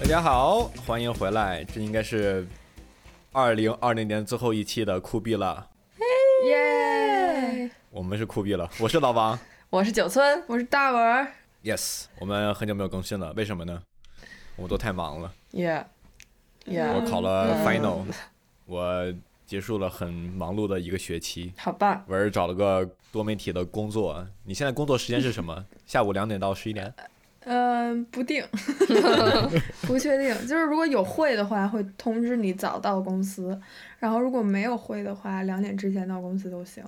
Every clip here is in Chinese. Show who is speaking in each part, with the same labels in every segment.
Speaker 1: 大家好，欢迎回来，这应该是二零二零年最后一期的酷毙了，
Speaker 2: 耶！
Speaker 1: 我们是酷毙了，我是老王
Speaker 2: 我是九村，
Speaker 3: 我是大文儿，
Speaker 1: ，yes，我们很久没有更新了，为什么呢？我们都太忙了，
Speaker 2: 耶
Speaker 1: 我
Speaker 2: 耶，
Speaker 1: 考了 final，我结束了很忙碌的一个学期，
Speaker 2: 好棒！
Speaker 1: 我是找了个多媒体的工作。你现在工作时间是什么？下午两点到十一点。
Speaker 3: 嗯、不 定，不确定，就是如果有会的话，会通知你早到公司，然后如果没有会的话，两点之前到公司都行，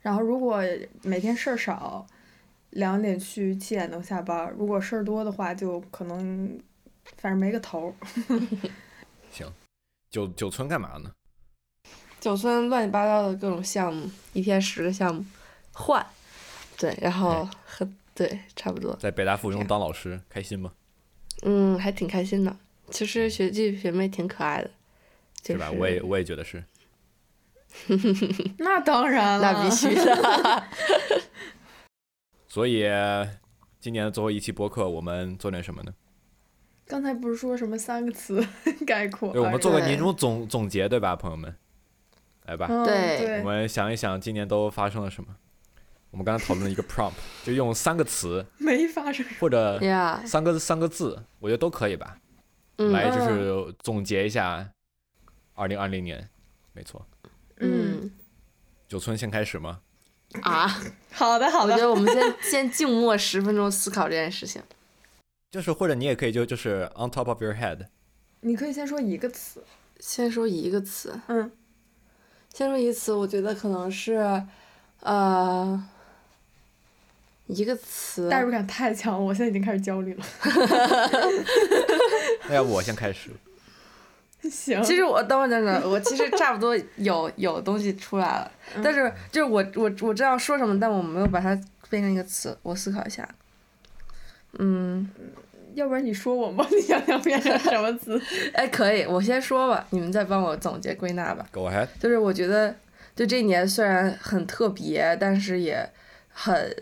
Speaker 3: 然后如果每天事儿少，两点去七点能下班，如果事儿多的话，就可能反正没个头儿。
Speaker 1: 行，九九村干嘛呢？
Speaker 2: 九村乱七八糟的各种项目，一天十个项目换，对，然后和对差不多，
Speaker 1: 在北大附中当老师，开心吗？
Speaker 2: 嗯，还挺开心的。其实学弟学妹挺可爱的，就是
Speaker 1: 吧？我也我也觉得是。
Speaker 3: 那当然了，
Speaker 2: 那必 须的。
Speaker 1: 所以今年的最后一期播客，我们做点什么呢？
Speaker 3: 刚才不是说什么三个词 概括？
Speaker 1: 对，我们做个
Speaker 2: 对
Speaker 1: 年终总总结，对吧，朋友们？来吧，
Speaker 3: 嗯
Speaker 2: 对
Speaker 3: 对
Speaker 1: 我们想一想今年都发生了什么。我们刚才讨论了一个 prompt，就用三个词
Speaker 3: 没发生。
Speaker 1: 或 者
Speaker 2: 呀，
Speaker 1: 三个三个字，我觉得都可以吧。来
Speaker 2: 嗯
Speaker 1: 就是总结一下二零二零年，没错。
Speaker 3: 嗯，
Speaker 2: 嗯
Speaker 1: 九村先开始吗？
Speaker 2: 啊，
Speaker 3: 好的好
Speaker 2: 我觉
Speaker 3: 的，
Speaker 2: 得我们先先静默十分钟思考这件事情。
Speaker 1: 就是或者你也可以就就是 on top of your head，
Speaker 3: 你可以先说一个词。
Speaker 2: 先说一个词，
Speaker 3: 嗯，
Speaker 2: 先说一个词，我觉得可能是，呃，一个词，
Speaker 3: 代入感太强了，我现在已经开始焦虑了。
Speaker 1: 那要不我先开始。
Speaker 3: 行，
Speaker 2: 其实我等会儿等会儿，我其实差不多有有东西出来了，
Speaker 3: 嗯
Speaker 2: 但是就是我我我知道说什么，但我没有把它变成一个词，我思考一下。嗯，
Speaker 3: 要不然你说我吗？ 你想想变成什么词？
Speaker 2: 哎，可以，我先说吧，你们再帮我总结归纳吧。
Speaker 1: Go ahead。
Speaker 2: 就是我觉得，就这一年虽然很特别，但是也很，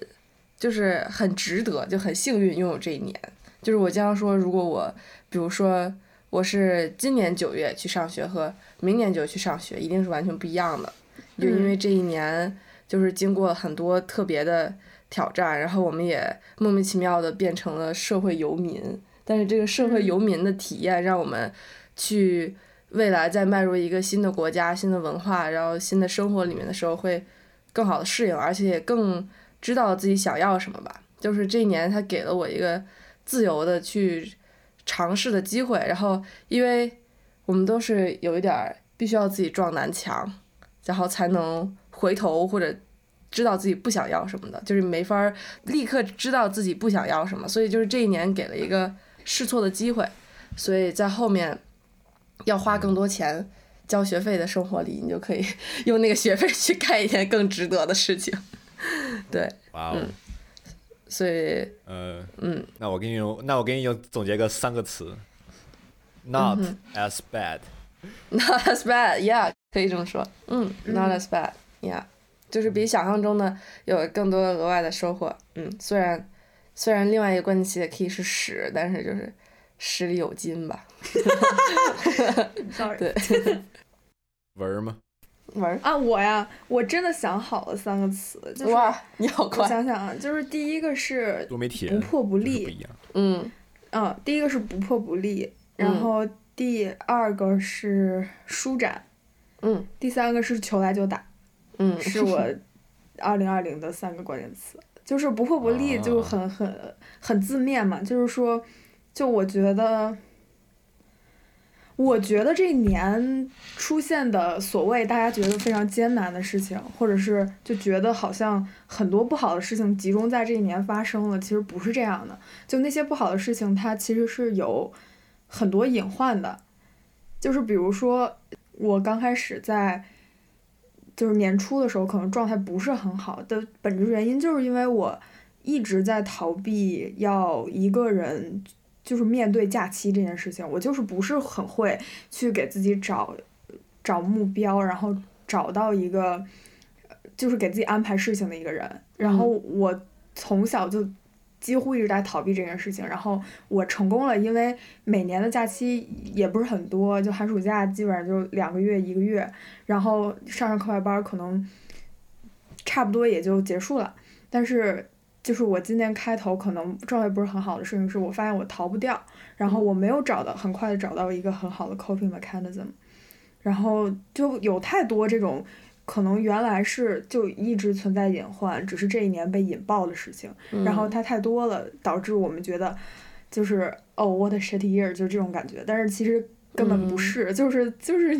Speaker 2: 就是很值得，就很幸运拥有这一年。就是我经常说，如果我，比如说我是今年九月去上学和明年九月去上学，一定是完全不一样的。就因为这一年，就是经过很多特别的挑战，然后我们也莫名其妙的变成了社会游民。但是这个社会游民的体验，让我们去未来再迈入一个新的国家、新的文化，然后新的生活里面的时候，会更好的适应，而且也更知道自己想要什么吧。就是这一年，他给了我一个自由的去尝试的机会。然后，因为我们都是有一点儿必须要自己撞南墙，然后才能回头或者知道自己不想要什么的，就是没法儿立刻知道自己不想要什么。所以就是这一年给了一个试错的机会，所以在后面要花更多钱。交学费的生活里，你就可以 用那个学费去干一件更值得的事情。对，
Speaker 1: 哇哦，
Speaker 2: 所以
Speaker 1: 呃，
Speaker 2: 嗯，
Speaker 1: 那我给你用，那我给你用总结个三个词，not
Speaker 2: 嗯
Speaker 1: as bad。
Speaker 2: not as bad，yeah，可以这么说，嗯，not
Speaker 3: 嗯
Speaker 2: as bad，yeah，就是比想象中的有更多额外的收获，嗯，虽然虽然另外一个关键词也可以是屎，但是就是屎里有金吧，
Speaker 3: Sorry
Speaker 2: 对，
Speaker 1: 文儿吗？
Speaker 2: 玩儿，
Speaker 3: 啊，我呀，我真的想好了三个词，就是
Speaker 2: 哇，你好
Speaker 3: 我
Speaker 2: 快，
Speaker 3: 想想啊，就是第一个是
Speaker 1: 多媒体
Speaker 3: 不
Speaker 1: 人
Speaker 3: 破不
Speaker 1: 就是不
Speaker 3: 立，
Speaker 1: 一样。
Speaker 2: 嗯
Speaker 3: 嗯，第一个是不破不立，然
Speaker 2: 嗯
Speaker 3: 后第二个是舒展，
Speaker 2: 嗯
Speaker 3: 第三个是求来就打，
Speaker 2: 嗯，
Speaker 3: 是 我二零二零的三个关键词，就是不破不立，
Speaker 1: 啊
Speaker 3: 就很很很字面嘛，就是说，就我觉得，我觉得这一年出现的所谓大家觉得非常艰难的事情，或者是就觉得好像很多不好的事情集中在这一年发生了，其实不是这样的，就那些不好的事情，它其实是有很多隐患的，就是比如说我刚开始在。就是年初的时候，可能状态不是很好的本质原因，就是因为我一直在逃避要一个人，就是面对假期这件事情，我就是不是很会去给自己找找目标，然后找到一个呃就是给自己安排事情的一个人。然后我从小就几乎一直在逃避这件事情，然后我成功了，因为每年的假期也不是很多，就寒暑假基本上就两个月一个月，然后上上课外班可能差不多也就结束了。但是就是我今年开头可能状态不是很好的事情，是我发现我逃不掉，然后我没有找到很快的找到一个很好的 coping mechanism，然后就有太多这种。可能原来是就一直存在隐患，只是这一年被引爆的事情，
Speaker 2: 嗯
Speaker 4: 嗯
Speaker 3: 然后它太多了，导致我们觉得就是哦，what a shitty year，就是这种感觉。但是其实根本
Speaker 4: 嗯
Speaker 3: 不是，就是就是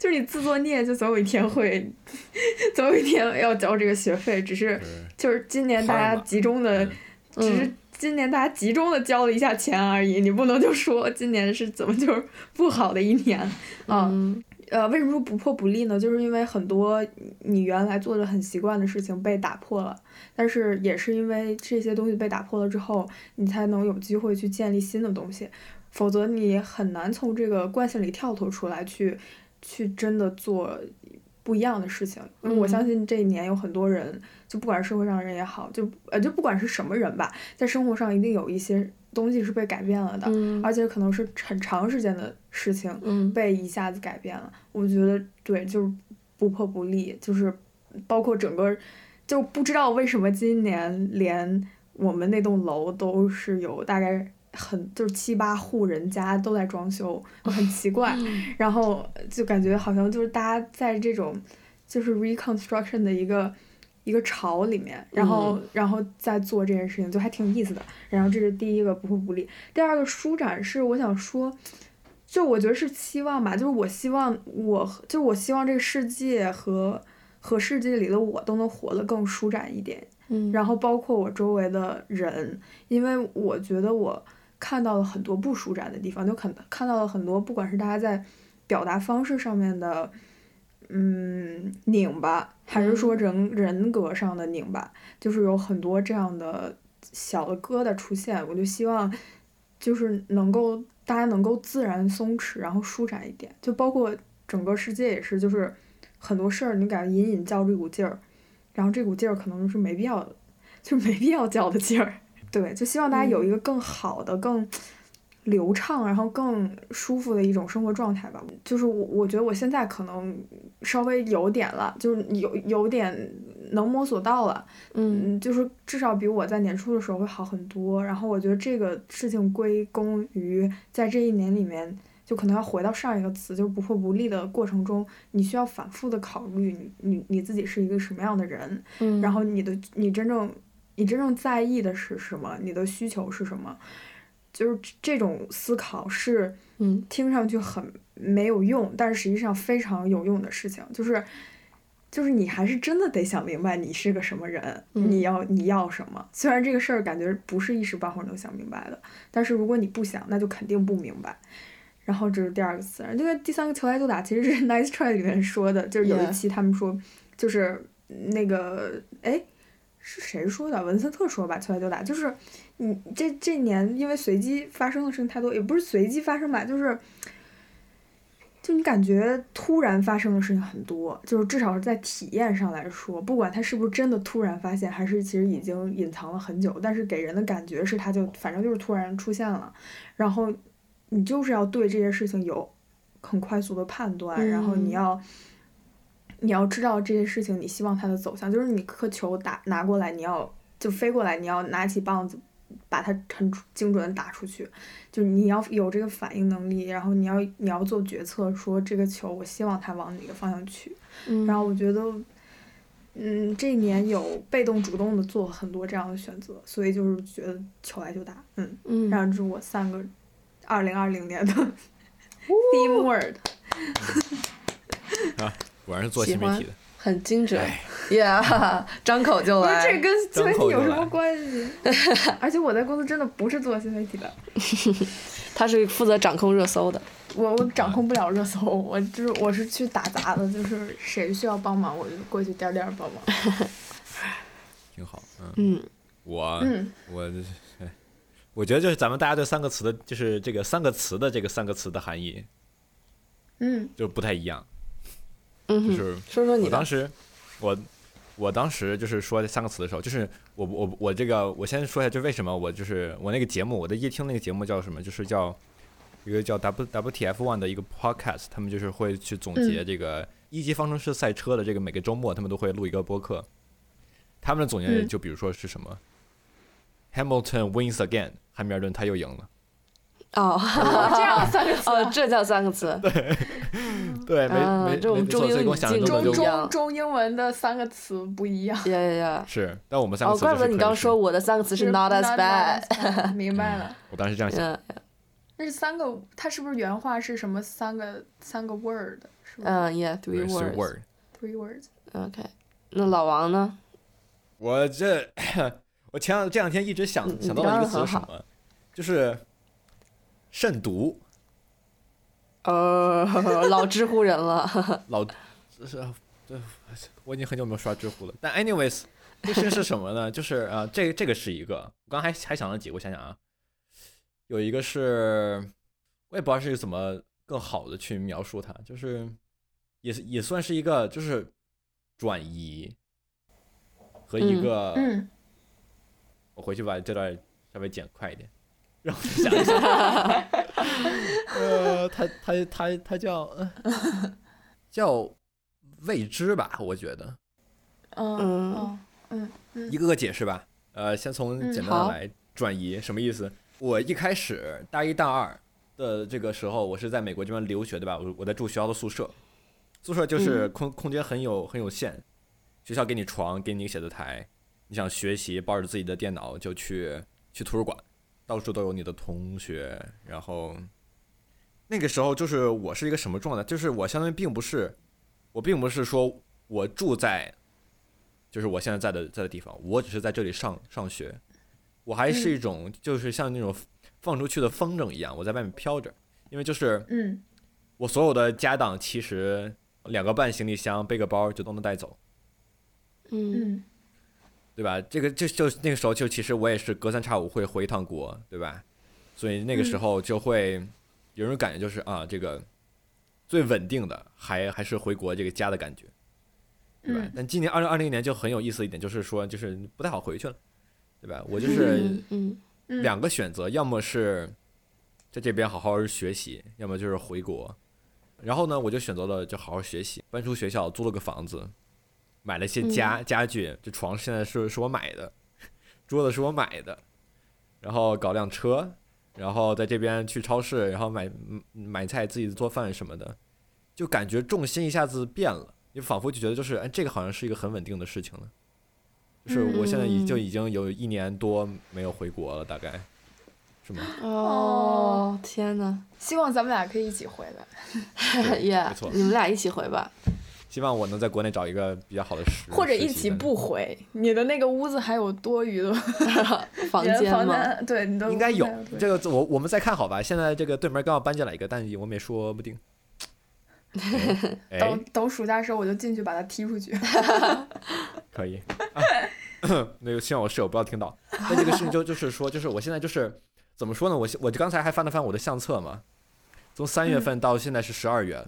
Speaker 3: 就是你自作孽，就总有一天会， 总有一天要交这个学费。只是就是今年大家集中的，
Speaker 4: 嗯
Speaker 3: 只是今年大家集中的交了一下钱而已。你不能就说今年是怎么就是不好的一年啊。
Speaker 4: 嗯
Speaker 3: 呃，为什么说不破不立呢？就是因为很多你原来做的很习惯的事情被打破了，但是也是因为这些东西被打破了之后，你才能有机会去建立新的东西，否则你很难从这个惯性里跳脱出来去，去真的做不一样的事情。因为我
Speaker 4: 嗯
Speaker 3: 相信这一年有很多人，就不管是社会上人也好，就呃就不管是什么人吧，在生活上一定有一些东西是被改变了的，
Speaker 4: 嗯
Speaker 3: 而且可能是很长时间的事情。
Speaker 4: 嗯
Speaker 3: 被一下子改变了。我觉得对，就是不破不立，就是包括整个，就不知道为什么今年连我们那栋楼都是有大概很就是七八户人家都在装修，很奇怪。然后就感觉好像就是大家在这种就是 reconstruction 的一个。一个潮里面，然后、然后再做这件事情，就还挺有意思的。然后这是第一个不破不立，第二个舒展是我想说，就我觉得是期望吧，就是我希望我就我希望这个世界和和世界里的我都能活得更舒展一点，
Speaker 4: 嗯，
Speaker 3: 然后包括我周围的人，因为我觉得我看到了很多不舒展的地方，就看看到了很多不管是大家在表达方式上面的，嗯，拧巴，还是说人人格上的拧巴，就是有很多这样的小的疙瘩出现，我就希望就是能够大家能够自然松弛，然后舒展一点，就包括整个世界也是，就是很多事儿你感觉隐隐较这股劲儿，然后这股劲儿可能是没必要，就是没必要较的劲儿。对，就希望大家有一个更好的、更流畅，然后更舒服的一种生活状态吧。就是我，我觉得我现在可能稍微有点了，就是有有点能摸索到了，
Speaker 4: 嗯
Speaker 3: 嗯，就是至少比我在年初的时候会好很多。然后我觉得这个事情归功于在这一年里面，就可能要回到上一个词，就是不破不立的过程中，你需要反复的考虑你你你自己是一个什么样的人，
Speaker 4: 嗯，
Speaker 3: 然后你的你真正你真正在意的是什么，你的需求是什么，就是这这种思考是
Speaker 4: 嗯
Speaker 3: 听上去很没有用，但是实际上非常有用的事情，就是就是你还是真的得想明白你是个什么人，
Speaker 4: 嗯
Speaker 3: 你要你要什么。虽然这个事儿感觉不是一时半会儿能想明白的，但是如果你不想，那就肯定不明白。然后这是第二个词，然后这个第三个求来就打，其实是 《Nice Try》里面说的，就是有一
Speaker 4: Yeah
Speaker 3: 期他们说，就是那个哎。是谁说的？文森特说吧，求来就打，就是你这这年因为随机发生的事情太多，也不是随机发生吧，就是，就你感觉突然发生的事情很多，就是至少是在体验上来说，不管它是不是真的突然发现，还是其实已经隐藏了很久，但是给人的感觉是它就反正就是突然出现了，然后你就是要对这些事情有很快速的判断，然后你
Speaker 4: 嗯
Speaker 3: 要。你要知道这些事情，你希望它的走向，就是你颗球打拿过来，你要就飞过来，你要拿起棒子，把它很精准的打出去。就是你要有这个反应能力，然后你要你要做决策，说这个球我希望它往哪个方向去。
Speaker 4: 嗯
Speaker 3: 然后我觉得，嗯，这一年有被动主动的做很多这样的选择，所以就是觉得球来就打，嗯，
Speaker 4: 嗯
Speaker 3: 然后这是我三个二零二零年的哦 theme word。
Speaker 1: 果然是做
Speaker 4: 喜
Speaker 1: 新媒
Speaker 4: 欢
Speaker 1: 体的。
Speaker 4: 很精准
Speaker 1: 哎
Speaker 4: ，Yeah，张口就
Speaker 3: 不是
Speaker 4: 来，
Speaker 3: 这跟新媒体有什么
Speaker 1: 张
Speaker 3: 关系？ 而且我在公司真的不是做新媒体的，
Speaker 4: 他是负责掌控热搜的。
Speaker 3: 我我掌控不了热搜，我就是我是去打杂的，就是谁需要帮忙我就过去点儿点儿帮忙。
Speaker 1: 挺好，嗯
Speaker 4: 嗯
Speaker 1: 我
Speaker 3: 嗯
Speaker 1: 我这哎我觉得就是咱们大家对三个词的，就是这个三个词的这个三个词的含义
Speaker 3: 嗯
Speaker 1: 就不太一样，
Speaker 4: 嗯哼，
Speaker 1: 就是
Speaker 4: 说说
Speaker 1: 我
Speaker 4: 你
Speaker 1: 当
Speaker 4: 吧。
Speaker 1: 时我我当时就是说这三个词的时候，就是我我我这个我先说一下，就为什么我就是我那个节目，我在夜听那个节目叫什么，就是叫一个叫 W WTF One 的一个 podcast，他们就是会去总
Speaker 2: 嗯
Speaker 1: 结这个一级方程式赛车的这个每个周末，他们都会录一个播客。他们的总结
Speaker 4: 嗯
Speaker 1: 就比如说是什么、h a m i l t o n wins again，汉密尔顿他又赢了。
Speaker 4: 哦，
Speaker 3: 这样三个 词
Speaker 2: 哦，这叫三个词，
Speaker 1: 对，没、
Speaker 2: 啊
Speaker 1: 没
Speaker 2: 这种
Speaker 1: 没错，
Speaker 2: 中
Speaker 1: 所以
Speaker 2: 英
Speaker 1: 跟我想的
Speaker 2: 语境
Speaker 1: 根本
Speaker 3: 中
Speaker 1: 就
Speaker 2: 一样
Speaker 3: 中中英文的三个词不一样。
Speaker 2: 呀呀呀！
Speaker 1: 是，但我们三个
Speaker 2: 哦，
Speaker 1: 词
Speaker 2: 怪
Speaker 1: 就
Speaker 2: 不得
Speaker 1: 是
Speaker 2: 你刚说
Speaker 1: crazy
Speaker 2: 我的三个词
Speaker 3: 就是
Speaker 2: not as bad。
Speaker 3: bad，明白了。
Speaker 1: 我当时这样想。
Speaker 2: 嗯
Speaker 3: 那是三个，它是不是原话是什么三个三个 word 是吧
Speaker 2: 嗯，yeah，three
Speaker 1: Three
Speaker 2: words。
Speaker 1: word
Speaker 3: ？Three words。
Speaker 2: OK，那老王呢？
Speaker 1: 我这 我前两这两天一直想
Speaker 2: 嗯
Speaker 1: 想到了一个词是
Speaker 2: 你刚
Speaker 1: 什
Speaker 2: 刚
Speaker 1: 么，就是慎 独，
Speaker 2: 呃，老知乎人了。
Speaker 1: 老这是这我已经很久没有刷知乎了。但 anyways，这是是什么呢？ 就是呃，这这个是一个，我刚还还想了几个，我想想啊，有一个是我也不知道是怎么更好的去描述它，就是也是也算是一个就是转移和一
Speaker 2: 嗯
Speaker 1: 个、
Speaker 3: 嗯，
Speaker 1: 我回去把这段稍微剪快一点，让我想一想。 呃，他他他他叫呃 叫未知吧，我觉得
Speaker 2: 嗯
Speaker 3: 哦
Speaker 1: 一个个解释吧。呃，先从
Speaker 3: 嗯
Speaker 1: 简单的
Speaker 2: 好
Speaker 1: 来转移，什么意思？我一开始大一大二的这个时候，我是在美国这边留学，对吧？我我在住学校的宿舍，宿舍就是空、空间很有很有限，学校给你床，给你写字台，你想学习，抱着自己的电脑就去去图书馆，到处都有你的同学。然后那个时候就是我是一个什么状态？就是我相当于并不是，我并不是说我住在，就是我现在在的在的地方，我只是在这里上上学，我还是一种就是像那种放出去的风筝一样，我在外面飘着，因为就是。
Speaker 3: 嗯
Speaker 1: 我所有的家当其实两个半行李箱背个包就都能带走，
Speaker 2: 嗯
Speaker 3: 嗯
Speaker 1: 对吧？这个就就那个时候就其实我也是隔三差五会回一趟国，对吧？所以那个
Speaker 2: 嗯
Speaker 1: 时候就会有种感觉，就是啊，这个最稳定的还还是回国这个家的感觉，对吧？
Speaker 3: 嗯
Speaker 1: 但今年二零二零年就很有意思一点，就是说就是不太好回去了，对吧？我就是。
Speaker 2: 嗯嗯
Speaker 3: 嗯，
Speaker 1: 两个选择，要么是在这边好好学习，要么就是回国。然后呢，我就选择了就好好学习，搬出学校，租了个房子，买了些家、家具，这床现在是是我买的，桌子是我买的，然后搞辆车，然后在这边去超市，然后买嗯买菜，自己做饭什么的，就感觉重心一下子变了，你仿佛就觉得就是哎，这个好像是一个很稳定的事情了。就是我现在已就已经有一年多没有回国了，大概是吗？
Speaker 2: 哦，天哪
Speaker 3: 希望咱们俩可以一起回来。
Speaker 2: ！Yeah，
Speaker 1: 没错
Speaker 2: 你们俩一起回吧。
Speaker 1: 希望我能在国内找一个比较好的实
Speaker 3: 或者
Speaker 1: 实习
Speaker 3: 一起
Speaker 1: 的
Speaker 3: 不回，你的那个屋子还有多余的
Speaker 2: 房间
Speaker 3: 房
Speaker 2: 吗？
Speaker 3: 间对，你都
Speaker 1: 应该有这个，我我们再看好吧。现在这个对门刚好搬进来一个，但我们也说不 定。哎，哎
Speaker 3: 等等暑假的时候我就进去把他踢出去。
Speaker 1: 可以。 啊、那个希望我室友不要听到。但这个事情就就是说，就是我现在就是怎么说呢？我现我刚才还翻了翻我的相册嘛，从三月
Speaker 3: 嗯
Speaker 1: 份到现在是十二月，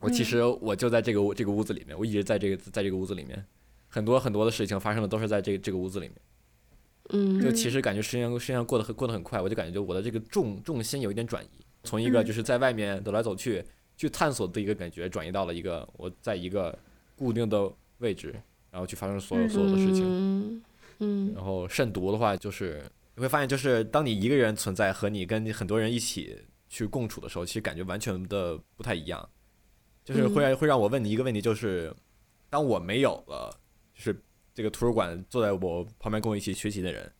Speaker 1: 我其实我就在这个屋这个屋子里面，我一直在这个在这个屋子里面，很多很多的事情发生的都是在这个这个屋子里面。
Speaker 2: 嗯
Speaker 1: 就其实感觉时间时间过得很过得很快，我就感觉就我的这个重重心有一点转移，从一个
Speaker 3: 嗯
Speaker 1: 就是在外面走来走去去探索的一个感觉，转移到了一个我在一个固定的位置，然后去发生所有所有的事情。
Speaker 2: 嗯嗯
Speaker 1: 然后慎独的话，就是你会发现，就是当你一个人存在和你跟很多人一起去共处的时候，其实感觉完全的不太一样。就是会让会让我问你一个问题，就是当我没有了，就是这个图书馆坐在我旁边跟我一起学习的人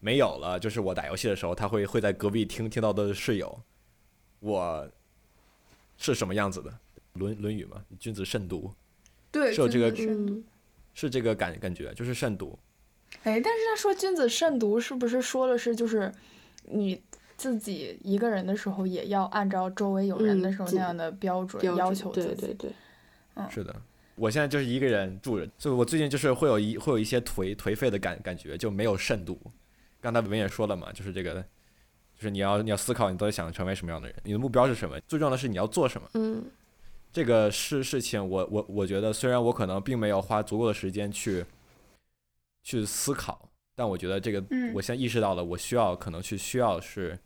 Speaker 1: 没有了，就是我打游戏的时候，他会会在隔壁听听到的室友，我是什么样子的？《论论语》嘛，君子慎独
Speaker 3: 对，
Speaker 1: 是有这个
Speaker 3: 君子慎独。
Speaker 2: 嗯，
Speaker 1: 是这个感感觉，就是慎独。
Speaker 3: 哎，但是他说君子慎独，是不是说的是就是你自己一个人的时候，也要按照周围有人的
Speaker 2: 嗯
Speaker 3: 时候
Speaker 2: 自
Speaker 3: 那样的标准
Speaker 2: 标
Speaker 3: 要
Speaker 2: 准
Speaker 3: 求自己？
Speaker 2: 对对对，
Speaker 1: 是的，我现在就是一个人住着，所以我最近就是会有一会有一些颓颓废的感感觉，就没有深度。刚才文也说了嘛，就是这个，就是你要你要思考你到底想成为什么样的人，你的目标是什么，最重要的是你要做什么。
Speaker 2: 嗯
Speaker 1: 这个事事情我，我我觉得虽然我可能并没有花足够的时间去去思考，但我觉得这个
Speaker 3: 嗯
Speaker 1: 我现在意识到了，我需要可能去需要是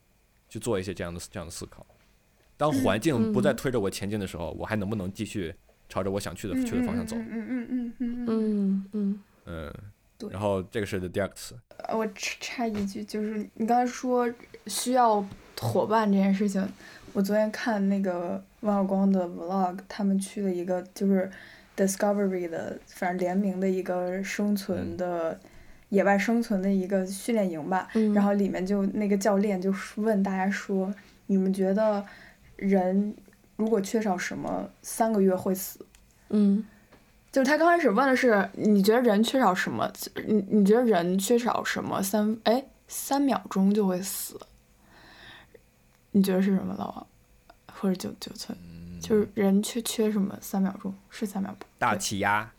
Speaker 1: 去做一些这样的这样的思考。当环境不再
Speaker 2: 嗯
Speaker 1: 推着我前进的时候，我还能不能继续朝着我想去的去的方向走？
Speaker 3: 嗯嗯嗯嗯嗯嗯。
Speaker 2: 嗯嗯
Speaker 1: 嗯
Speaker 3: 对，
Speaker 1: 然后这个是第二个词，
Speaker 3: 呃我插插一句，就是你刚才说需要伙伴这件事情，我昨天看那个王小光的 vlog，他们去了一个就是 Discovery 的，反正联名的一个生存的野外生存的一个训练营吧。
Speaker 2: 嗯，
Speaker 3: 然后里面就那个教练就问大家说：“你们觉得人如果缺少什么，三个月会死？”
Speaker 2: 嗯
Speaker 3: 就是他刚开始问的是，你觉得人缺少什么？你你觉得人缺少什么？三哎，三秒钟就会死，你觉得是什么，老王？或者九九寸，就是人缺缺什么？三秒钟是三秒钟。
Speaker 1: 大气压，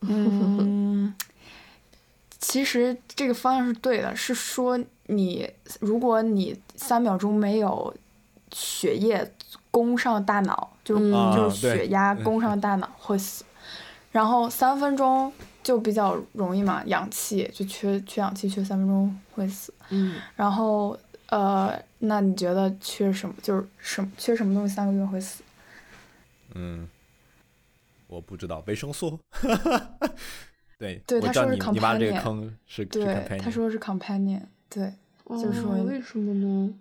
Speaker 3: 嗯， 其实这个方向是对的，是说你如果你三秒钟没有血液攻上大脑，就是
Speaker 2: 嗯啊
Speaker 3: 就是血
Speaker 1: 对
Speaker 3: 压攻上大脑会死。然后三分钟就比较容易嘛，氧气就缺缺氧气，缺三分钟会死。
Speaker 2: 嗯
Speaker 3: 然后呃，那你觉得缺什么？就是什么缺什么东西三个月会死？
Speaker 1: 嗯，我不知道维生素。 对，
Speaker 3: 对
Speaker 1: 我
Speaker 3: 他
Speaker 1: 知道
Speaker 3: 说是
Speaker 1: 你你挖的这个
Speaker 3: companion
Speaker 1: 坑是是
Speaker 3: 对，他
Speaker 1: companion，
Speaker 3: 说是 companion，对。就是说
Speaker 2: 哦为什么呢？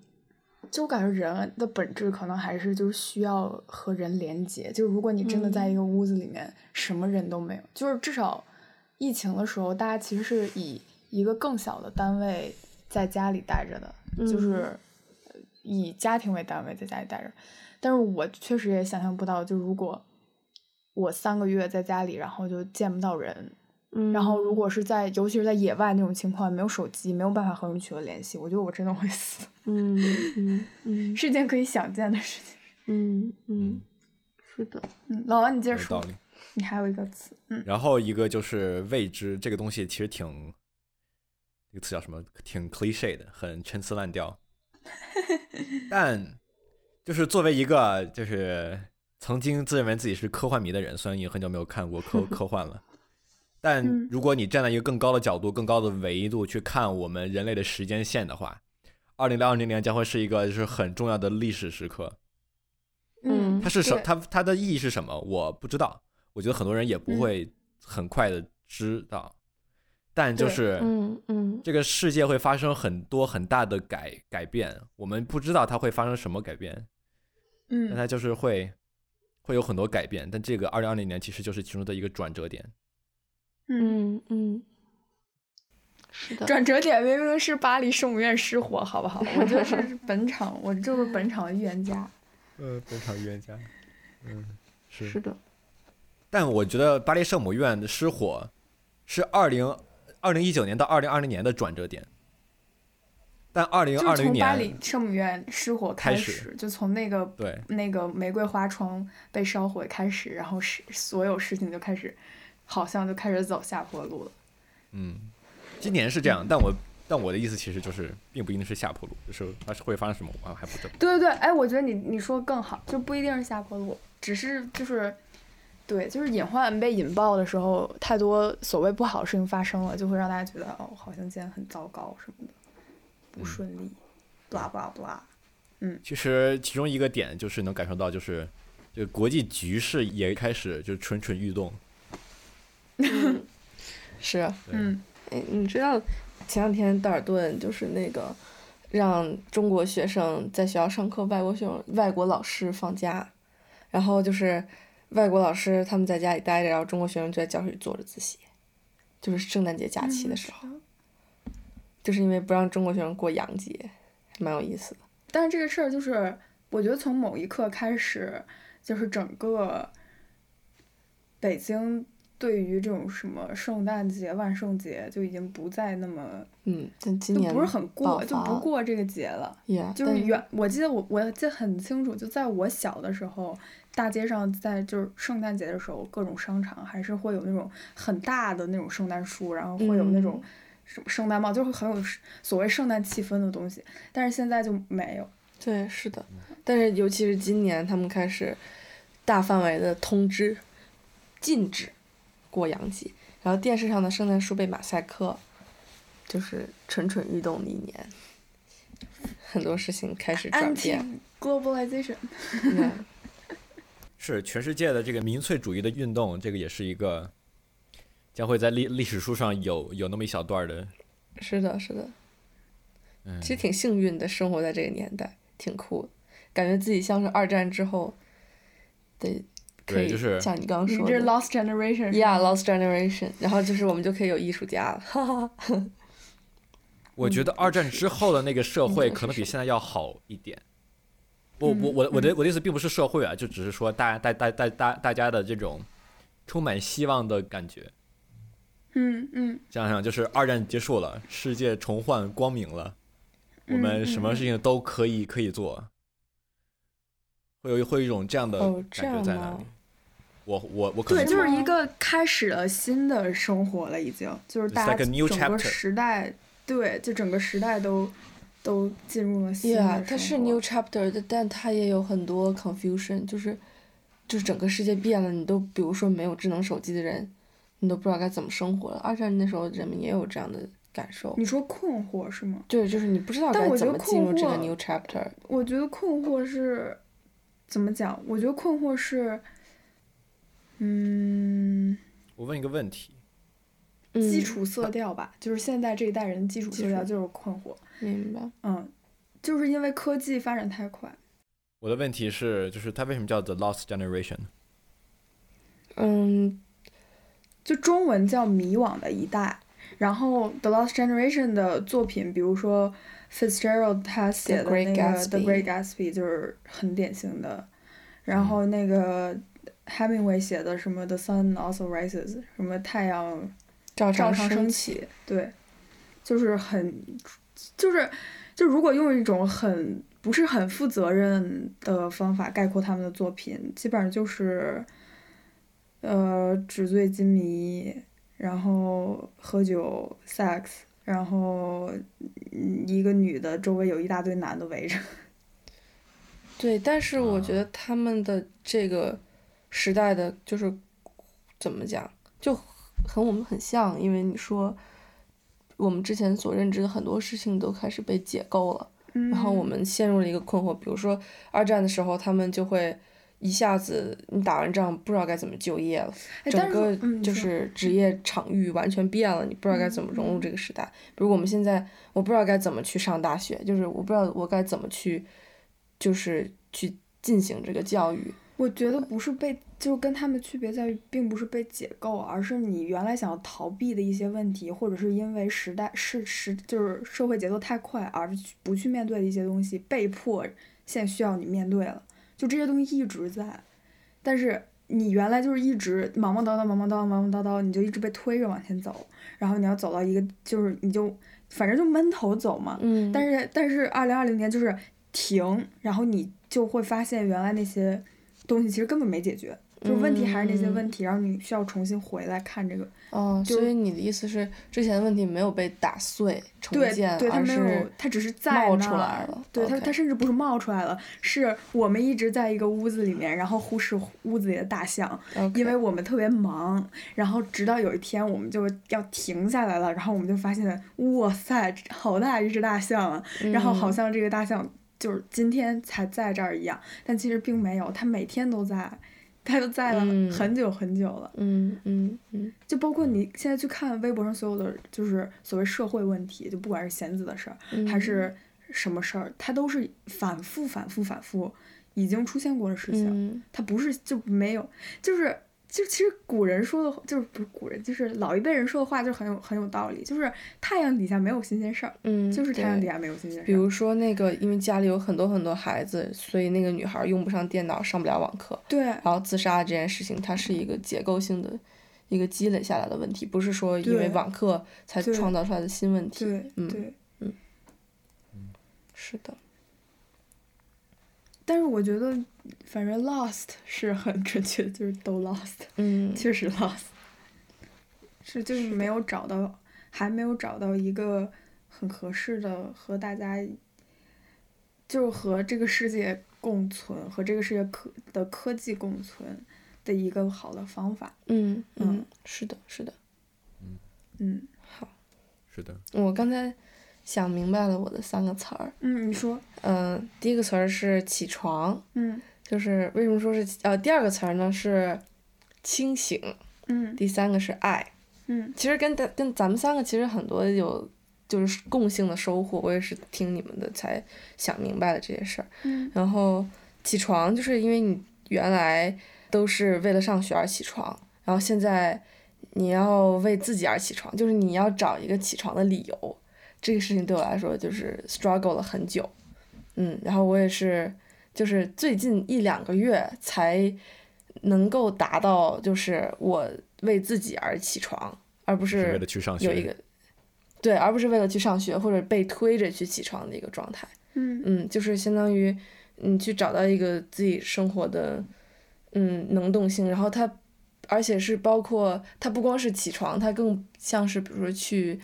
Speaker 3: 就我感觉人的本质可能还是就是需要和人连接。就是如果你真的在一
Speaker 2: 嗯
Speaker 3: 个屋子里面、什么人都没有，就是至少疫情的时候，大家其实是以一个更小的单位在家里待着的，
Speaker 2: 嗯
Speaker 3: 就是呃以家庭为单位在家里待着。但是我确实也想象不到，就如果我三个月在家里，然后就见不到人，
Speaker 2: 嗯，
Speaker 3: 然后如果是在尤其是在野外那种情况，没有手机，没有办法和人取得联系，我觉得我真的会 死。
Speaker 2: 嗯嗯嗯
Speaker 3: 是件可以想见的事情。
Speaker 2: 嗯嗯
Speaker 1: 嗯，
Speaker 2: 是的，
Speaker 3: 嗯，老王，你接着
Speaker 1: 有道
Speaker 3: 说，
Speaker 1: 理。
Speaker 3: 你还有一个词，嗯，
Speaker 1: 然后一个就是未知，这个东西其实挺，这个词叫什么？挺 cliche 的，很陈词滥 调。但就是作为一个就是曾经自认为自己是科幻迷的人，虽然已经很久没有看过 科科幻了，但
Speaker 3: 嗯
Speaker 1: 如果你站在一个更高的角度、更高的维度去看我们人类的时间线的话，二零二零年将会是一个就是很重要的历史时刻。
Speaker 2: 嗯
Speaker 1: 它是什
Speaker 3: 对
Speaker 1: 它它的意义是什么？我不知道，我觉得很多人也
Speaker 3: 嗯
Speaker 1: 不会很快的知道，但就
Speaker 3: 对
Speaker 1: 是
Speaker 2: 嗯嗯
Speaker 1: 这个世界会发生很多很大的改改变，我们不知道它会发生什么改变，但
Speaker 3: 嗯
Speaker 1: 它就是会会有很多改变，但这个二零二零年其实就是其中的一个转折点。
Speaker 3: 嗯，
Speaker 2: 嗯嗯，是的，
Speaker 3: 转折点明明是巴黎圣母院失火，好不好？我就是本场，我就是本场预言家。
Speaker 1: 呃，本场预言家，嗯，
Speaker 2: 是的，
Speaker 1: 但我觉得巴黎圣母院的失火是二零二零一九年到二零二零年的转折点，但二零
Speaker 3: 就
Speaker 1: 二
Speaker 3: 是
Speaker 1: 零
Speaker 3: 从
Speaker 1: 年
Speaker 3: 巴黎圣母院失火开
Speaker 1: 开
Speaker 3: 始，
Speaker 1: 始
Speaker 3: 就从那个
Speaker 1: 对。
Speaker 3: 那个玫瑰花窗被烧毁开始，然后是所有事情就开始，好像就开始走下坡路了。
Speaker 1: 嗯，今年是这样，但我但我的意思其实就是，并不一定是下坡路，就是它是会发生什么，我还不知道。
Speaker 3: 对对对，哎，我觉得你你说更好，就不一定是下坡路，只是就是，对，就是隐患被引爆的时候，太多所谓不好的事情发生了，就会让大家觉得哦，好像今天很糟糕什么的，不
Speaker 1: 嗯
Speaker 3: 顺利，blah blah blah。
Speaker 1: 其实其中一个点就是能感受到，就是这个国际局势也开始就蠢蠢欲动。
Speaker 2: 嗯
Speaker 4: 是。
Speaker 1: 对
Speaker 3: 嗯
Speaker 4: 哎，你知道前两天道尔顿就是那个让中国学生在学校上课，外国学生外国老师放假，然后就是外国老师他们在家里待着，然后中国学生就在教室里坐着自习，就是圣诞节假
Speaker 2: 嗯
Speaker 4: 期的时候，
Speaker 3: 候。
Speaker 4: 就是因为不让中国学生过洋节，还蛮有意思的。
Speaker 2: 嗯
Speaker 3: 但是这个事儿就是，我觉得从某一刻开始，就是整个北京对于这种什么圣诞节、万圣节就已经不再那么，
Speaker 4: 嗯，但今
Speaker 3: 就
Speaker 4: 年
Speaker 3: 不是很
Speaker 4: 爆
Speaker 3: 过，就
Speaker 4: 发
Speaker 3: 不
Speaker 4: 了
Speaker 3: 过这个节了。
Speaker 4: 也
Speaker 3: 就是原我记得我我记得很清楚，就在我小的时候，大街上在就是圣诞节的时候，各种商场还是会有那种很大的那种圣诞树，然后会有那
Speaker 2: 嗯
Speaker 3: 种什么圣诞帽，就会很有所谓圣诞气氛的东西。但是现在就没有。
Speaker 4: 对，是的，但是尤其是今年，他们开始
Speaker 2: 大范围的通知，禁止过洋节。然后电视上的圣诞树被马赛克，就是蠢蠢欲动的一年，很多事情开始转变。
Speaker 3: anti globalization，
Speaker 2: 嗯
Speaker 1: 是全世界的这个民粹主义的运动，这个也是一个将会在历历史书上有有那么一小段儿的。
Speaker 2: 是的，是的，
Speaker 1: 嗯
Speaker 2: 其，实挺幸运的，生活在这个年代，挺酷的，感觉自己像是二战之后的，可
Speaker 1: 对
Speaker 2: 以
Speaker 1: 就是
Speaker 2: 像你刚刚
Speaker 3: 你
Speaker 2: 说
Speaker 3: 这
Speaker 2: 的
Speaker 3: 是 lost generation，是吧
Speaker 2: Yeah, Lost Generation，然后就是我们就可以有艺术家了， 哈哈。
Speaker 1: 我觉得二战之后的那个社会
Speaker 5: 嗯
Speaker 1: 可能比现在要好一点。我我我我的我的意思并不是社会啊，就只是说大大大大大大家的这种充满希望的感觉。
Speaker 3: 嗯嗯，
Speaker 1: 想想就是二战结束了，世界重焕光明了，我们
Speaker 3: 嗯
Speaker 1: 什么
Speaker 3: 嗯
Speaker 1: 事情都可以可以做，会有会有一种这样的
Speaker 2: 哦这
Speaker 1: 感觉
Speaker 2: 样
Speaker 1: 在那
Speaker 2: 吗
Speaker 1: 里。我我我可
Speaker 3: 对，
Speaker 1: 能
Speaker 3: 就是一个开始了新的生活了，已经就是大
Speaker 1: It's
Speaker 3: 家
Speaker 1: like a new
Speaker 3: 整个
Speaker 1: chapter
Speaker 3: 时代，对，就整个时代都都进入了新的生活。
Speaker 2: Yeah，它是 new chapter，但但它也有很多 confusion，就是就是整个世界变了，你都比如说没有智能手机的人，你都不知道该怎么生活了。二战那时候人们也有这样的感受，
Speaker 3: 你说困惑是吗？
Speaker 2: 对，就是你不知道
Speaker 3: 但
Speaker 2: 该
Speaker 3: 我
Speaker 2: 怎
Speaker 3: 觉
Speaker 2: 么
Speaker 3: 得
Speaker 2: 进入这个
Speaker 3: 困惑
Speaker 2: new chapter。
Speaker 3: 我觉得困惑是怎么讲？我觉得困惑是，嗯，
Speaker 1: 我问一个问题，
Speaker 2: 嗯
Speaker 3: 基，础色调吧，就是现在这一代人的基础色调
Speaker 2: 基
Speaker 3: 就是困惑，
Speaker 2: 明白。
Speaker 3: 嗯，就是因为科技发展太快，
Speaker 1: 我的问题是，就是它为什么叫 The Lost Generation？
Speaker 2: 嗯，
Speaker 3: 就中文叫《迷惘的一代》，然后《The Lost Generation》的作品，比如说 Fitzgerald 他写的
Speaker 2: Great
Speaker 3: 那个《The
Speaker 2: Gatsby
Speaker 3: Great Gatsby》就是很典型的，然
Speaker 2: 嗯
Speaker 3: 后那个 Hemingway 写的什么《The Sun Also Rises》，什么太阳
Speaker 2: 照常
Speaker 3: 照常升
Speaker 2: 起，
Speaker 3: 起，对，就是很，就是就如果用一种很不是很负责任的方法概括他们的作品，基本上就是，呃，纸醉金迷，然后喝酒、sex，然后嗯一个女的周围有一大堆男的围着，
Speaker 2: 对，但是我觉
Speaker 1: 啊
Speaker 2: 得他们的这个时代的，就是怎么讲，就和我们很像，因为你说我们之前所认知的很多事情都开始被解构了，然后我们陷入了一个困惑。比如说二战的时候，他们就会一下子你打完仗不知道该怎么就业了，
Speaker 3: 哎
Speaker 2: 整
Speaker 3: 但是
Speaker 2: 个
Speaker 3: 嗯你
Speaker 2: 就
Speaker 3: 说
Speaker 2: 是职业场域完全变了，你不知道该怎么融入这个时代。比如我们现在，我不知道该怎么去上大学，就是我不知道我该怎么去，就是去进行这个教育。
Speaker 3: 我觉得不是被，就跟他们区别在于，并不是被解构，而是你原来想要逃避的一些问题，或者是因为时代是时就是社会节奏太快而去不去面对的一些东西，被迫现在需要你面对了。就这些东西一直在，但是你原来就是一直忙忙叨叨、忙忙叨叨、忙忙叨叨，你就一直被推着往前走，然后你要走到一个就是你就反正就闷头走嘛，
Speaker 2: 嗯
Speaker 3: 但是但是二零二零年就是停，然后你就会发现原来那些东西其实根本没解决，就是问题还是那
Speaker 2: 嗯
Speaker 3: 些问题，然后你需要重新回来看这个，
Speaker 2: 哦，
Speaker 3: 就
Speaker 2: 所以你的意思是之前的问题没有被打碎重
Speaker 3: 对
Speaker 2: 建，
Speaker 3: 对，它
Speaker 2: 而
Speaker 3: 没有
Speaker 2: 是，
Speaker 3: 它只是在
Speaker 2: 冒
Speaker 3: 那
Speaker 2: 出来
Speaker 3: 儿
Speaker 2: 了
Speaker 3: 对它
Speaker 2: OK
Speaker 3: 它甚至不是冒出来了，是我们一直在一个屋子里面，然后忽视屋子里的大象，
Speaker 2: OK
Speaker 3: 因为我们特别忙，然后直到有一天我们就要停下来了，然后我们就发现，哇塞，好大一只大象啊！然后好
Speaker 2: 嗯
Speaker 3: 像这个大象就是今天才在这儿一样，但其实并没有，它每天都在，它就在了
Speaker 2: 嗯
Speaker 3: 很久很久了。
Speaker 2: 嗯嗯嗯
Speaker 3: 就包括你现在去看微博上所有的，就是所谓社会问题，就不管是弦子的事儿
Speaker 2: 嗯，
Speaker 3: 还是什么事儿，它都是反复、反复、反复已经出现过的事情。
Speaker 2: 嗯
Speaker 3: 它不是就没有，就是就其实古人说的，就是不是古人，就是老一辈人说的话就很有很有道理，就是太阳底下没有新鲜事儿，
Speaker 2: 嗯，
Speaker 3: 就是太阳
Speaker 2: 对
Speaker 3: 底下没有新鲜事儿。
Speaker 2: 比如说那个，因为家里有很多很多孩子，所以那个女孩用不上电脑，上不了网课，
Speaker 3: 对，
Speaker 2: 然后自杀这件事情，它是一个结构性的一个积累下来的问题，不是说因为
Speaker 3: 对
Speaker 2: 网课才
Speaker 3: 对
Speaker 2: 创造出来的新问题。
Speaker 3: 对
Speaker 2: 嗯
Speaker 3: 对，
Speaker 2: 是的，
Speaker 3: 但是我觉得，反正 lost 是很准确的，就是都 lost，
Speaker 2: 嗯，
Speaker 3: 确实 lost，是就是没有找到，还没有找到一个很合适的和大家，就是和这个世界共存和这个世界科的科技共存的一个好的方法。
Speaker 2: 嗯
Speaker 3: 嗯
Speaker 2: 嗯，是的，是的。
Speaker 3: 嗯
Speaker 2: 好，
Speaker 1: 是的，
Speaker 2: 我刚才想明白了我的三个词儿。
Speaker 3: 嗯，你说，
Speaker 2: 嗯、第一个词儿是起床，
Speaker 3: 嗯
Speaker 2: 就是为什么说是起呃，第二个词儿呢是清醒，
Speaker 3: 嗯
Speaker 2: 第三个是爱。
Speaker 3: 嗯
Speaker 2: 其实跟咱跟咱们三个其实很多有就是共性的收获，我也是听你们的才想明白了这些事儿。
Speaker 3: 嗯
Speaker 2: 然后起床就是因为你原来都是为了上学而起床，然后现在你要为自己而起床，就是你要找一个起床的理由。这个事情对我来说就是 struggle 了很久，嗯，然后我也是就是最近一两个月才能够达到，就是我为自己而起床，而不
Speaker 1: 是为
Speaker 2: 是
Speaker 1: 了去上学。
Speaker 2: 有一个对，而不是为了去上学或者被推着去起床的一个状态。
Speaker 3: 嗯
Speaker 2: 嗯，就是相当于你去找到一个自己生活的嗯能动性，然后它而且是包括它不光是起床，它更像是比如说去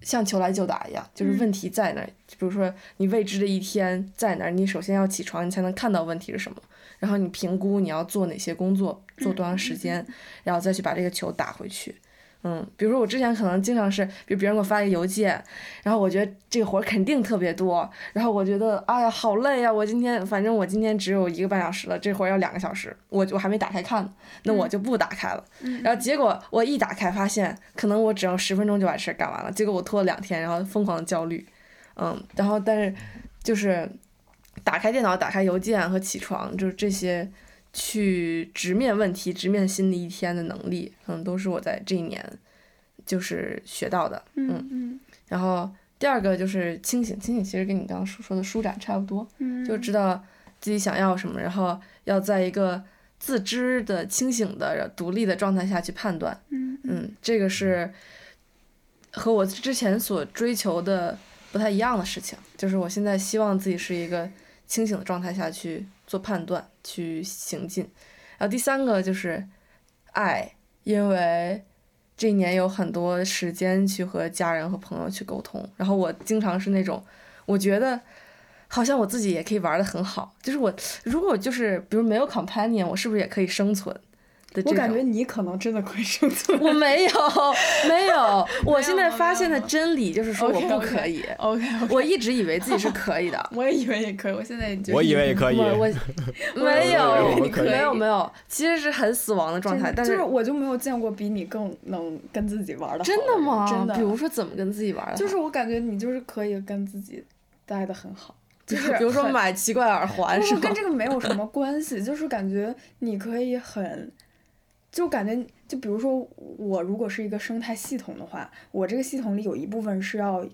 Speaker 2: 像球来就打一样，就是
Speaker 3: 嗯
Speaker 2: 问题在那儿，比如说你未知的一天在那儿，你首先要起床，你才能看到问题是什么，然后你评估你要做哪些工作，做多长时间，然后再去把这个球打回去。嗯，比如说我之前可能经常是，比如别人给我发一个邮件，然后我觉得这个活儿肯定特别多，然后我觉得哎呀好累呀、我今天反正我今天只有一个半小时了，这活儿要两个小时，我我还没打开看呢，那我就不打开了。
Speaker 3: 嗯
Speaker 2: 然后结果我一打开发现，可能我只要十分钟就把事儿干完了，结果我拖了两天，然后疯狂的焦虑，嗯，然后但是就是打开电脑、打开邮件和起床，就是这些去直面问题、直面新的一天的能力，可能都是我在这一年就是学到的。
Speaker 3: 嗯
Speaker 2: 然后第二个就是清醒，清醒其实跟你刚刚说说的舒展差不多，
Speaker 3: 嗯，
Speaker 2: 就知道自己想要什么，然后要在一个自知的、清醒的、独立的状态下去判断。
Speaker 3: 嗯嗯
Speaker 2: 嗯，这个是和我之前所追求的不太一样的事情，就是我现在希望自己是一个清醒的状态下去做判断、去行进。然后第三个就是爱，因为这一年有很多时间去和家人和朋友去沟通，然后我经常是那种我觉得。好像我自己也可以玩的很好，就是我如果就是比如没有 companion，我是不是也可以生存的这种？
Speaker 3: 我感觉你可能真的会生存。
Speaker 2: 我没有，没有。我现
Speaker 3: 没
Speaker 2: 在
Speaker 3: 有
Speaker 2: 发现的
Speaker 3: 没有
Speaker 2: 真理就是说我不
Speaker 3: OK，OK
Speaker 2: 可以。
Speaker 3: OK，，
Speaker 2: 我一直以为自己是可以 的
Speaker 3: 我也以为也可以，我现在也觉得
Speaker 1: 我以为也可以，
Speaker 2: 我我 没有
Speaker 1: 我以为我可以
Speaker 2: 没有没有，其实是很死亡的状态。
Speaker 3: 真的
Speaker 2: 但
Speaker 3: 就是我就没有见过比你更能跟自己玩的
Speaker 2: 真的吗？
Speaker 3: 真的，
Speaker 2: 比如说怎么跟自己玩儿的？
Speaker 3: 就是我感觉你就是可以跟自己待的很 好，就是
Speaker 2: 比如说
Speaker 3: 很
Speaker 2: 买奇怪耳环
Speaker 3: 不
Speaker 2: 是
Speaker 3: 是
Speaker 2: 吗？
Speaker 3: 跟这个没 有什么关系，就是感觉你可以很，就感觉就比如说我如果是一个生态系统的话，我这个系统里有一部分是要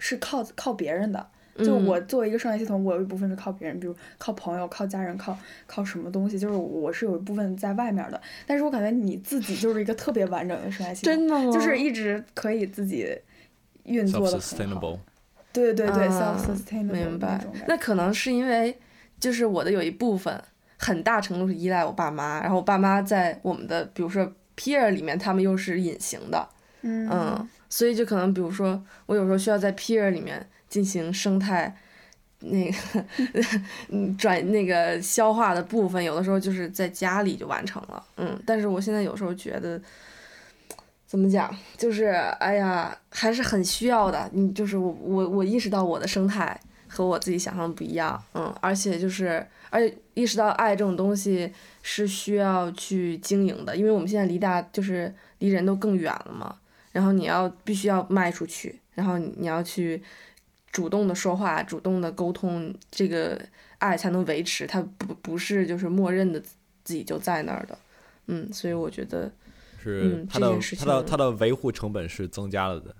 Speaker 3: 是靠靠别人的，就
Speaker 2: 嗯
Speaker 3: 我作为一个生态系统，我有一部分是靠别人，比如靠朋友、靠家人、靠靠什么东西，就是我是有一部分在外面的，但是我感觉你自己就是一个特别完整的生态系统，
Speaker 2: 真的吗？
Speaker 3: 就是一直可以自己运作的很好。
Speaker 1: sustainable，
Speaker 3: 对对对、
Speaker 2: 啊
Speaker 3: s e l f sustainable
Speaker 2: 明白
Speaker 3: 那种感。觉
Speaker 2: 那可能是因为，就是我的有一部分很大程度是依赖我爸妈，然后我爸妈在我们的比如说 peer 里面，他们又是隐形的，嗯，所以就可能比如说，我有时候需要在 peer 里面进行生态那个嗯转那个消化的部分，有的时候就是在家里就完成了，嗯，但是我现在有时候觉得。怎么讲？就是哎呀，还是很需要的。你就是我，我我意识到我的生态和我自己想象的不一样，嗯，而且就是，而且意识到爱这种东西是需要去经营的，因为我们现在离大就是离人都更远了嘛，然后你要必须要迈出去，然后你要去主动的说话，主动的沟通，这个爱才能维持，它不不是就是默认的自己就在那儿的，嗯，所以我觉得，
Speaker 1: 是
Speaker 2: 嗯
Speaker 1: 它
Speaker 2: 这
Speaker 1: 的
Speaker 2: 件事
Speaker 1: 它的
Speaker 2: 情
Speaker 1: 它的维护成本是增加了的。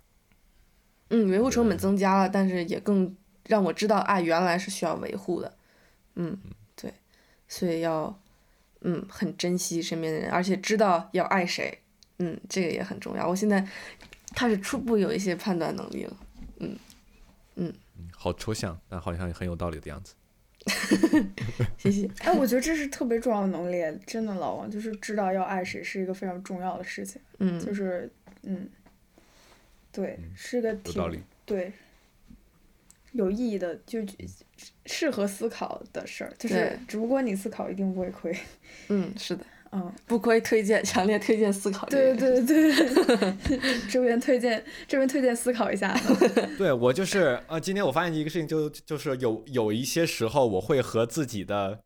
Speaker 2: 嗯，维护成本
Speaker 1: 对
Speaker 2: 增加了，但是也更让我知道爱原来是需要维护的，嗯，对，所以要嗯很珍惜身边的人，而且知道要爱谁，嗯，这个也很重要。我现在开始初步有一些判断能力了，
Speaker 1: 嗯好抽象，但好像很有道理的样子。
Speaker 2: 谢谢。
Speaker 3: 哎，我觉得这是特别重要的能力，真的老王就是知道要爱谁是一个非常重要的事情，
Speaker 2: 嗯，
Speaker 3: 就是嗯，对，是个
Speaker 1: 有
Speaker 3: 挺
Speaker 1: 道理，
Speaker 3: 对，有意义的，就适合思考的事儿，就是
Speaker 2: 对
Speaker 3: 只不过你思考一定不会亏。
Speaker 2: 嗯，是的，
Speaker 3: 嗯，
Speaker 2: 不亏，推荐， 强烈推荐思考这
Speaker 3: 对
Speaker 2: 个。
Speaker 3: 对对， 这边推荐，这边推荐思考一 下。
Speaker 1: 对我就是呃，今天我发现一个事情就，就是有有一些时候我会和自己的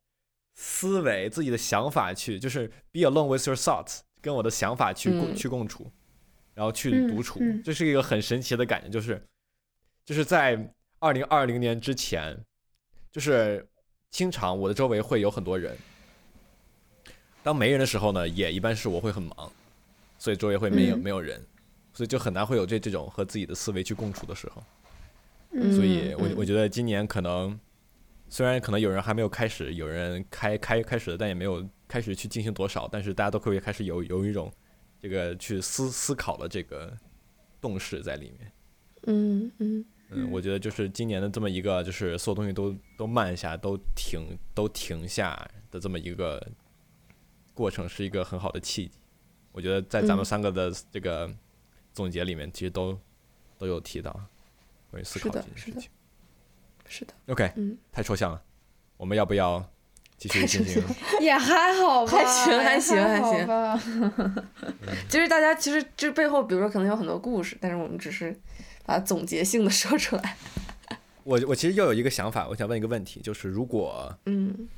Speaker 1: 思维、自己的想法去，就是 be alone with your thoughts，跟我的想法去共、
Speaker 2: 嗯
Speaker 1: 去共处，然后去
Speaker 3: 嗯
Speaker 1: 独处，
Speaker 3: 嗯
Speaker 1: 这是一个很神奇的感觉，就是就是在二零二零年之前，就是经常我的周围会有很多人，当没人的时候呢，也一般是我会很忙，所以周围会没有、
Speaker 3: 嗯
Speaker 1: 没有人，所以就很难会有这这种和自己的思维去共处的时候。
Speaker 2: 嗯
Speaker 1: 所以我
Speaker 2: 嗯
Speaker 1: 我觉得今年可能，虽然可能有人还没有开始，有人开开开始了，但也没有开始去进行多少，但是大家都会开始有有一种这个去思思考的这个动势在里面。
Speaker 2: 嗯嗯
Speaker 1: 嗯，
Speaker 3: 嗯
Speaker 1: 我觉得就是今年的这么一个，就是所有东西都都慢下，都停都停下的这么一个过程，是一个很好的契机。我觉得在咱们
Speaker 2: 嗯
Speaker 1: 三个的这个总结里面，其实都都有提到关于思
Speaker 2: 是
Speaker 1: 考这
Speaker 2: 的
Speaker 1: 件
Speaker 2: 是
Speaker 1: 事
Speaker 2: 的
Speaker 1: 情。
Speaker 2: 是的，
Speaker 1: OK，
Speaker 2: 嗯
Speaker 1: 太抽象了，我们要不要继续进行？
Speaker 3: 也还好吧，
Speaker 2: 还行
Speaker 3: 也
Speaker 2: 还行还
Speaker 3: 好
Speaker 2: 行
Speaker 3: 吧。
Speaker 2: 其实大家其实这背后，比如说可能有很多故事，但是我们只是把它总结性的说出来。
Speaker 1: 我我其实又有一个想法，我想问一个问题，就是如果
Speaker 2: 嗯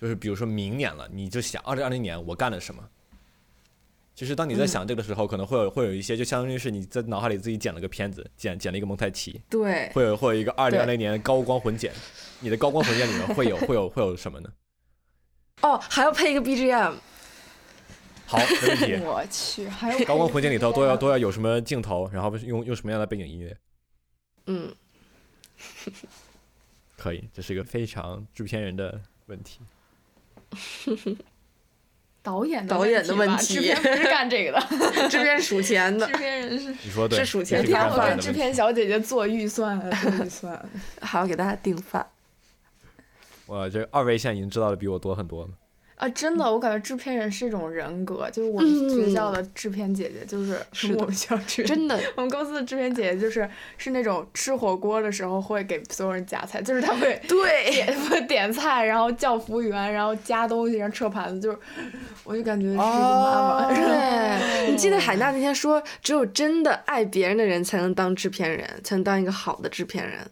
Speaker 1: 就是比如说明年了，你就想二零二零年我干了什么？其实当你在
Speaker 2: 嗯
Speaker 1: 想这个时候，可能会有会有一些，就相当于是你在脑海里自己剪了个片子，剪剪了一个蒙太奇，
Speaker 2: 对，
Speaker 1: 会有会有一个二零
Speaker 2: 对
Speaker 1: 二零年高光混剪。你的高光混剪里面会有会有会有什么呢？
Speaker 2: 哦，还要配一个 BGM，
Speaker 1: 好，没问题
Speaker 3: 我去，还有
Speaker 1: 高光混剪里头都要都要有什么镜头，然后用用什么样的背景音乐？
Speaker 2: 嗯，
Speaker 1: 可以，这是一个非常制片人的问题。
Speaker 3: 导演
Speaker 2: 导演的
Speaker 3: 问
Speaker 2: 问
Speaker 3: 题
Speaker 2: 题
Speaker 3: 吧，制片不是干这个的，
Speaker 2: 这边数钱的
Speaker 3: 制，片 人是。
Speaker 1: 你说对，
Speaker 2: 是数
Speaker 1: 这
Speaker 2: 钱
Speaker 1: 是一个
Speaker 2: 条
Speaker 1: 干
Speaker 2: 我
Speaker 1: 饭
Speaker 2: 跟
Speaker 1: 的
Speaker 3: 制
Speaker 1: 问题
Speaker 3: 片小姐姐做预算，做预算。
Speaker 2: 还要给大家订饭。
Speaker 1: 我这二位现在已经知道的比我多很多了。
Speaker 3: 啊，真的，我感觉制片人是一种人格，就是我们学校的制片姐姐，嗯就是
Speaker 2: 是的
Speaker 3: 我们学校制片
Speaker 2: 真的，
Speaker 3: 我们公司的制片姐姐就是是那种吃火锅的时候会给所有人夹菜，就是她会
Speaker 2: 对，
Speaker 3: 点 会点菜，然后叫服务员，然后夹东西，然后撤盘子，就是我就感觉是一个妈 妈。
Speaker 2: 对， 你记得海娜那天说，只有真的爱别人的人才能当制片人，才能当一个好的制片人。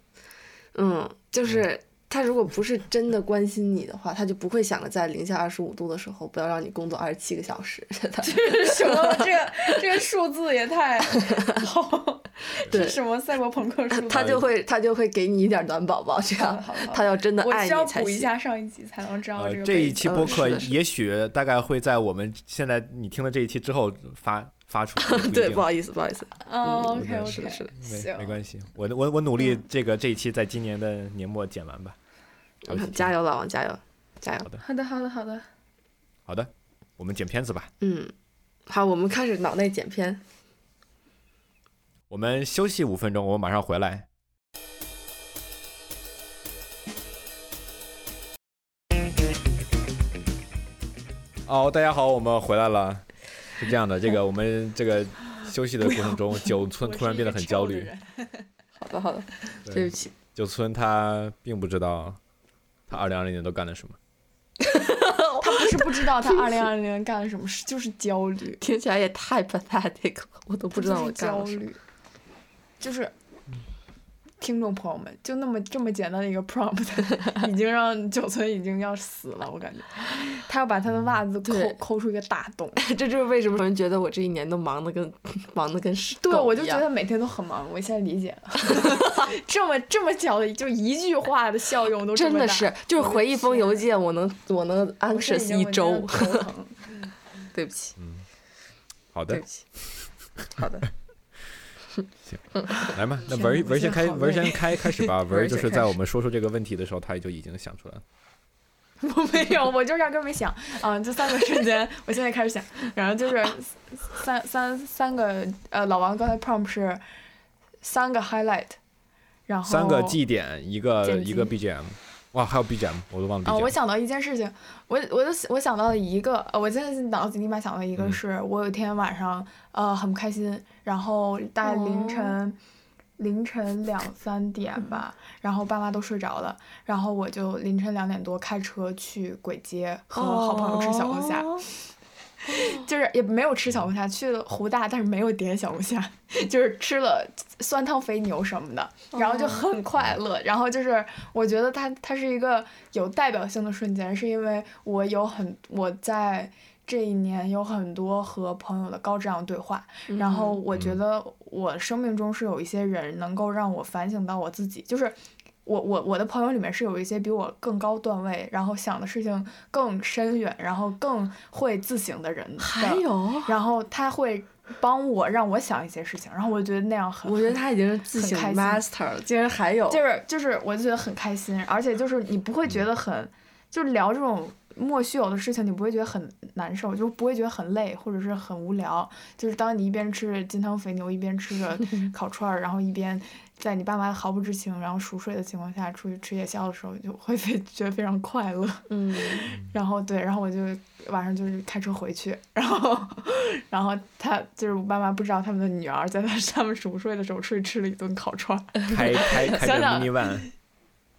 Speaker 2: 嗯，就是他如果不是真的关心你的话，他就不会想着在零下二十五度的时候不要让你工作二十七个小时。
Speaker 3: 什么？这个这个数字也 太好，
Speaker 2: 对
Speaker 3: 是什么赛博朋克数字？
Speaker 2: 他就会他就会给你一点暖宝宝，这
Speaker 3: 好 的
Speaker 2: 样
Speaker 3: 好的好的
Speaker 2: 他要真的
Speaker 3: 我
Speaker 2: 爱
Speaker 3: 需要
Speaker 2: 你才
Speaker 3: 补一
Speaker 2: 行。
Speaker 3: 下上一集才能知道
Speaker 1: 呃
Speaker 3: 这，个
Speaker 1: 这
Speaker 3: 背
Speaker 1: 一
Speaker 3: 景。
Speaker 1: 期
Speaker 2: 嗯
Speaker 1: 播客
Speaker 2: 是的是的
Speaker 1: 也许大概会在我们现在你听的这一期之后发发出，不一
Speaker 2: 对，
Speaker 1: 定
Speaker 2: 不好意思，不好意思，
Speaker 3: 嗯，OK
Speaker 1: 是
Speaker 3: OK，
Speaker 2: 的是的
Speaker 1: 没没
Speaker 3: 行，
Speaker 1: 关系，我我我努
Speaker 2: 嗯
Speaker 1: 力这个这一期在今年的年末剪完吧。我去听
Speaker 2: 嗯加！油，老王，加油，加油。
Speaker 3: 好的好的好的，
Speaker 1: 好的，我们剪片子吧。
Speaker 2: 嗯，好，我们开始脑内剪片。
Speaker 1: 我们休息五分钟，我们马上回来。哦，大家好，我们回来了。是这样的，这个我们这个休息的过程 中，九村突然变得很焦虑。
Speaker 2: 好的，好的，
Speaker 1: 对
Speaker 2: 对不起，
Speaker 1: 九村他并不知道他二零二零年都干了什么。
Speaker 3: 他不是不知道他二零二零年干了什么事，就是焦虑。
Speaker 2: 听起来也太 pathetic 了，我都不知道我干了
Speaker 3: 就是
Speaker 2: 什
Speaker 3: 焦
Speaker 2: 么。
Speaker 3: 虑，就是听众朋友们，就那么这么简单的一个 prompt，已经让九村已经要死了，我感觉，他要把他的袜子抠
Speaker 2: 嗯对
Speaker 3: 抠出一个大 洞。
Speaker 2: 这就是为什么有人觉得我这一年都忙得跟 忙得跟屎
Speaker 3: 对，
Speaker 2: 狗
Speaker 3: 我
Speaker 2: 一
Speaker 3: 就觉
Speaker 2: 样
Speaker 3: 得每天都很忙，我现在理解 了，这么这么小的就一句话的效用都这
Speaker 2: 真
Speaker 3: 么
Speaker 2: 的
Speaker 3: 大
Speaker 2: 是，就是回一封邮件，我能我能
Speaker 3: 我现在
Speaker 2: anxious
Speaker 3: 已
Speaker 2: 一
Speaker 3: 经
Speaker 2: 周
Speaker 3: 我。真的头疼
Speaker 2: 对不起，
Speaker 1: 好
Speaker 2: 嗯对
Speaker 1: 的
Speaker 2: 不，起。好的，
Speaker 1: 来吧，那文儿
Speaker 3: 天哪
Speaker 1: 文儿先开文儿
Speaker 3: 我现在好
Speaker 1: 先开开始吧。文儿
Speaker 2: 文儿
Speaker 1: 就
Speaker 2: 先
Speaker 1: 是
Speaker 2: 开
Speaker 1: 在
Speaker 2: 始
Speaker 1: 我们说出这个问题的时候，他就已经想出来了。
Speaker 3: 我没有，我就压根儿没想啊、这三个瞬间，我现在开始想，然后就是 三三三个呃，老王刚才 prompt 是三个 highlight，然
Speaker 6: 哦
Speaker 3: 后
Speaker 1: 三个祭点，一个
Speaker 3: 剪
Speaker 1: 一
Speaker 3: 辑
Speaker 1: 个 BGM，哇，还有 BGM，我都忘了
Speaker 6: 哦
Speaker 3: 啊、我
Speaker 1: BGM。
Speaker 3: 想到一件事情，我我就我想到了一个，呃，我现在脑子立马想到一个
Speaker 1: 嗯
Speaker 3: 是，我有一天晚上呃很不开心，然后大概凌晨
Speaker 6: 凌晨两三点吧，然后爸妈都睡着了，然后我就凌晨两点多开车去簋街和好朋友吃小龙虾，
Speaker 2: 哦
Speaker 6: 就是也没有吃小龙虾，去了湖大，但是没有点小龙虾，就是吃了酸汤肥牛什么的，然后就很快乐。然后就是我觉得它它是一个有代表性的瞬间，是因为我有很我在这一年有很多和朋友的高质量对话，然后我觉得我生命中是有一些人能够让我反省到我自己，就是。我我我的朋友里面是有一些比我更高段位，然后想的事情更深远，然后更会自省的人的。
Speaker 2: 还有，
Speaker 6: 然后他会帮我让我想一些事情，然后我觉得那样很，
Speaker 2: 我觉得他已经是自
Speaker 6: 很
Speaker 2: 省
Speaker 6: 开心
Speaker 2: master 了，竟然还有，
Speaker 6: 就是就是我就觉得很开心，而且就是你不会觉得很，就是聊这种莫须有的事情，你不会觉得很难受，就不会觉得很累或者是很无聊。就是当你一边吃着金汤肥牛，一边 吃着烤串儿，然后一边在你爸妈毫不知情，然后熟睡的情况下出去吃夜宵的时候，就会 非觉得非常快乐。
Speaker 2: 嗯，
Speaker 6: 然后对，然后我就晚上就是开车回去，然后， 然后他就是我爸妈不知道他们的女儿在他他们熟睡的时候出去吃了一顿烤串儿，
Speaker 1: 开开开着
Speaker 6: 想想
Speaker 1: mini van，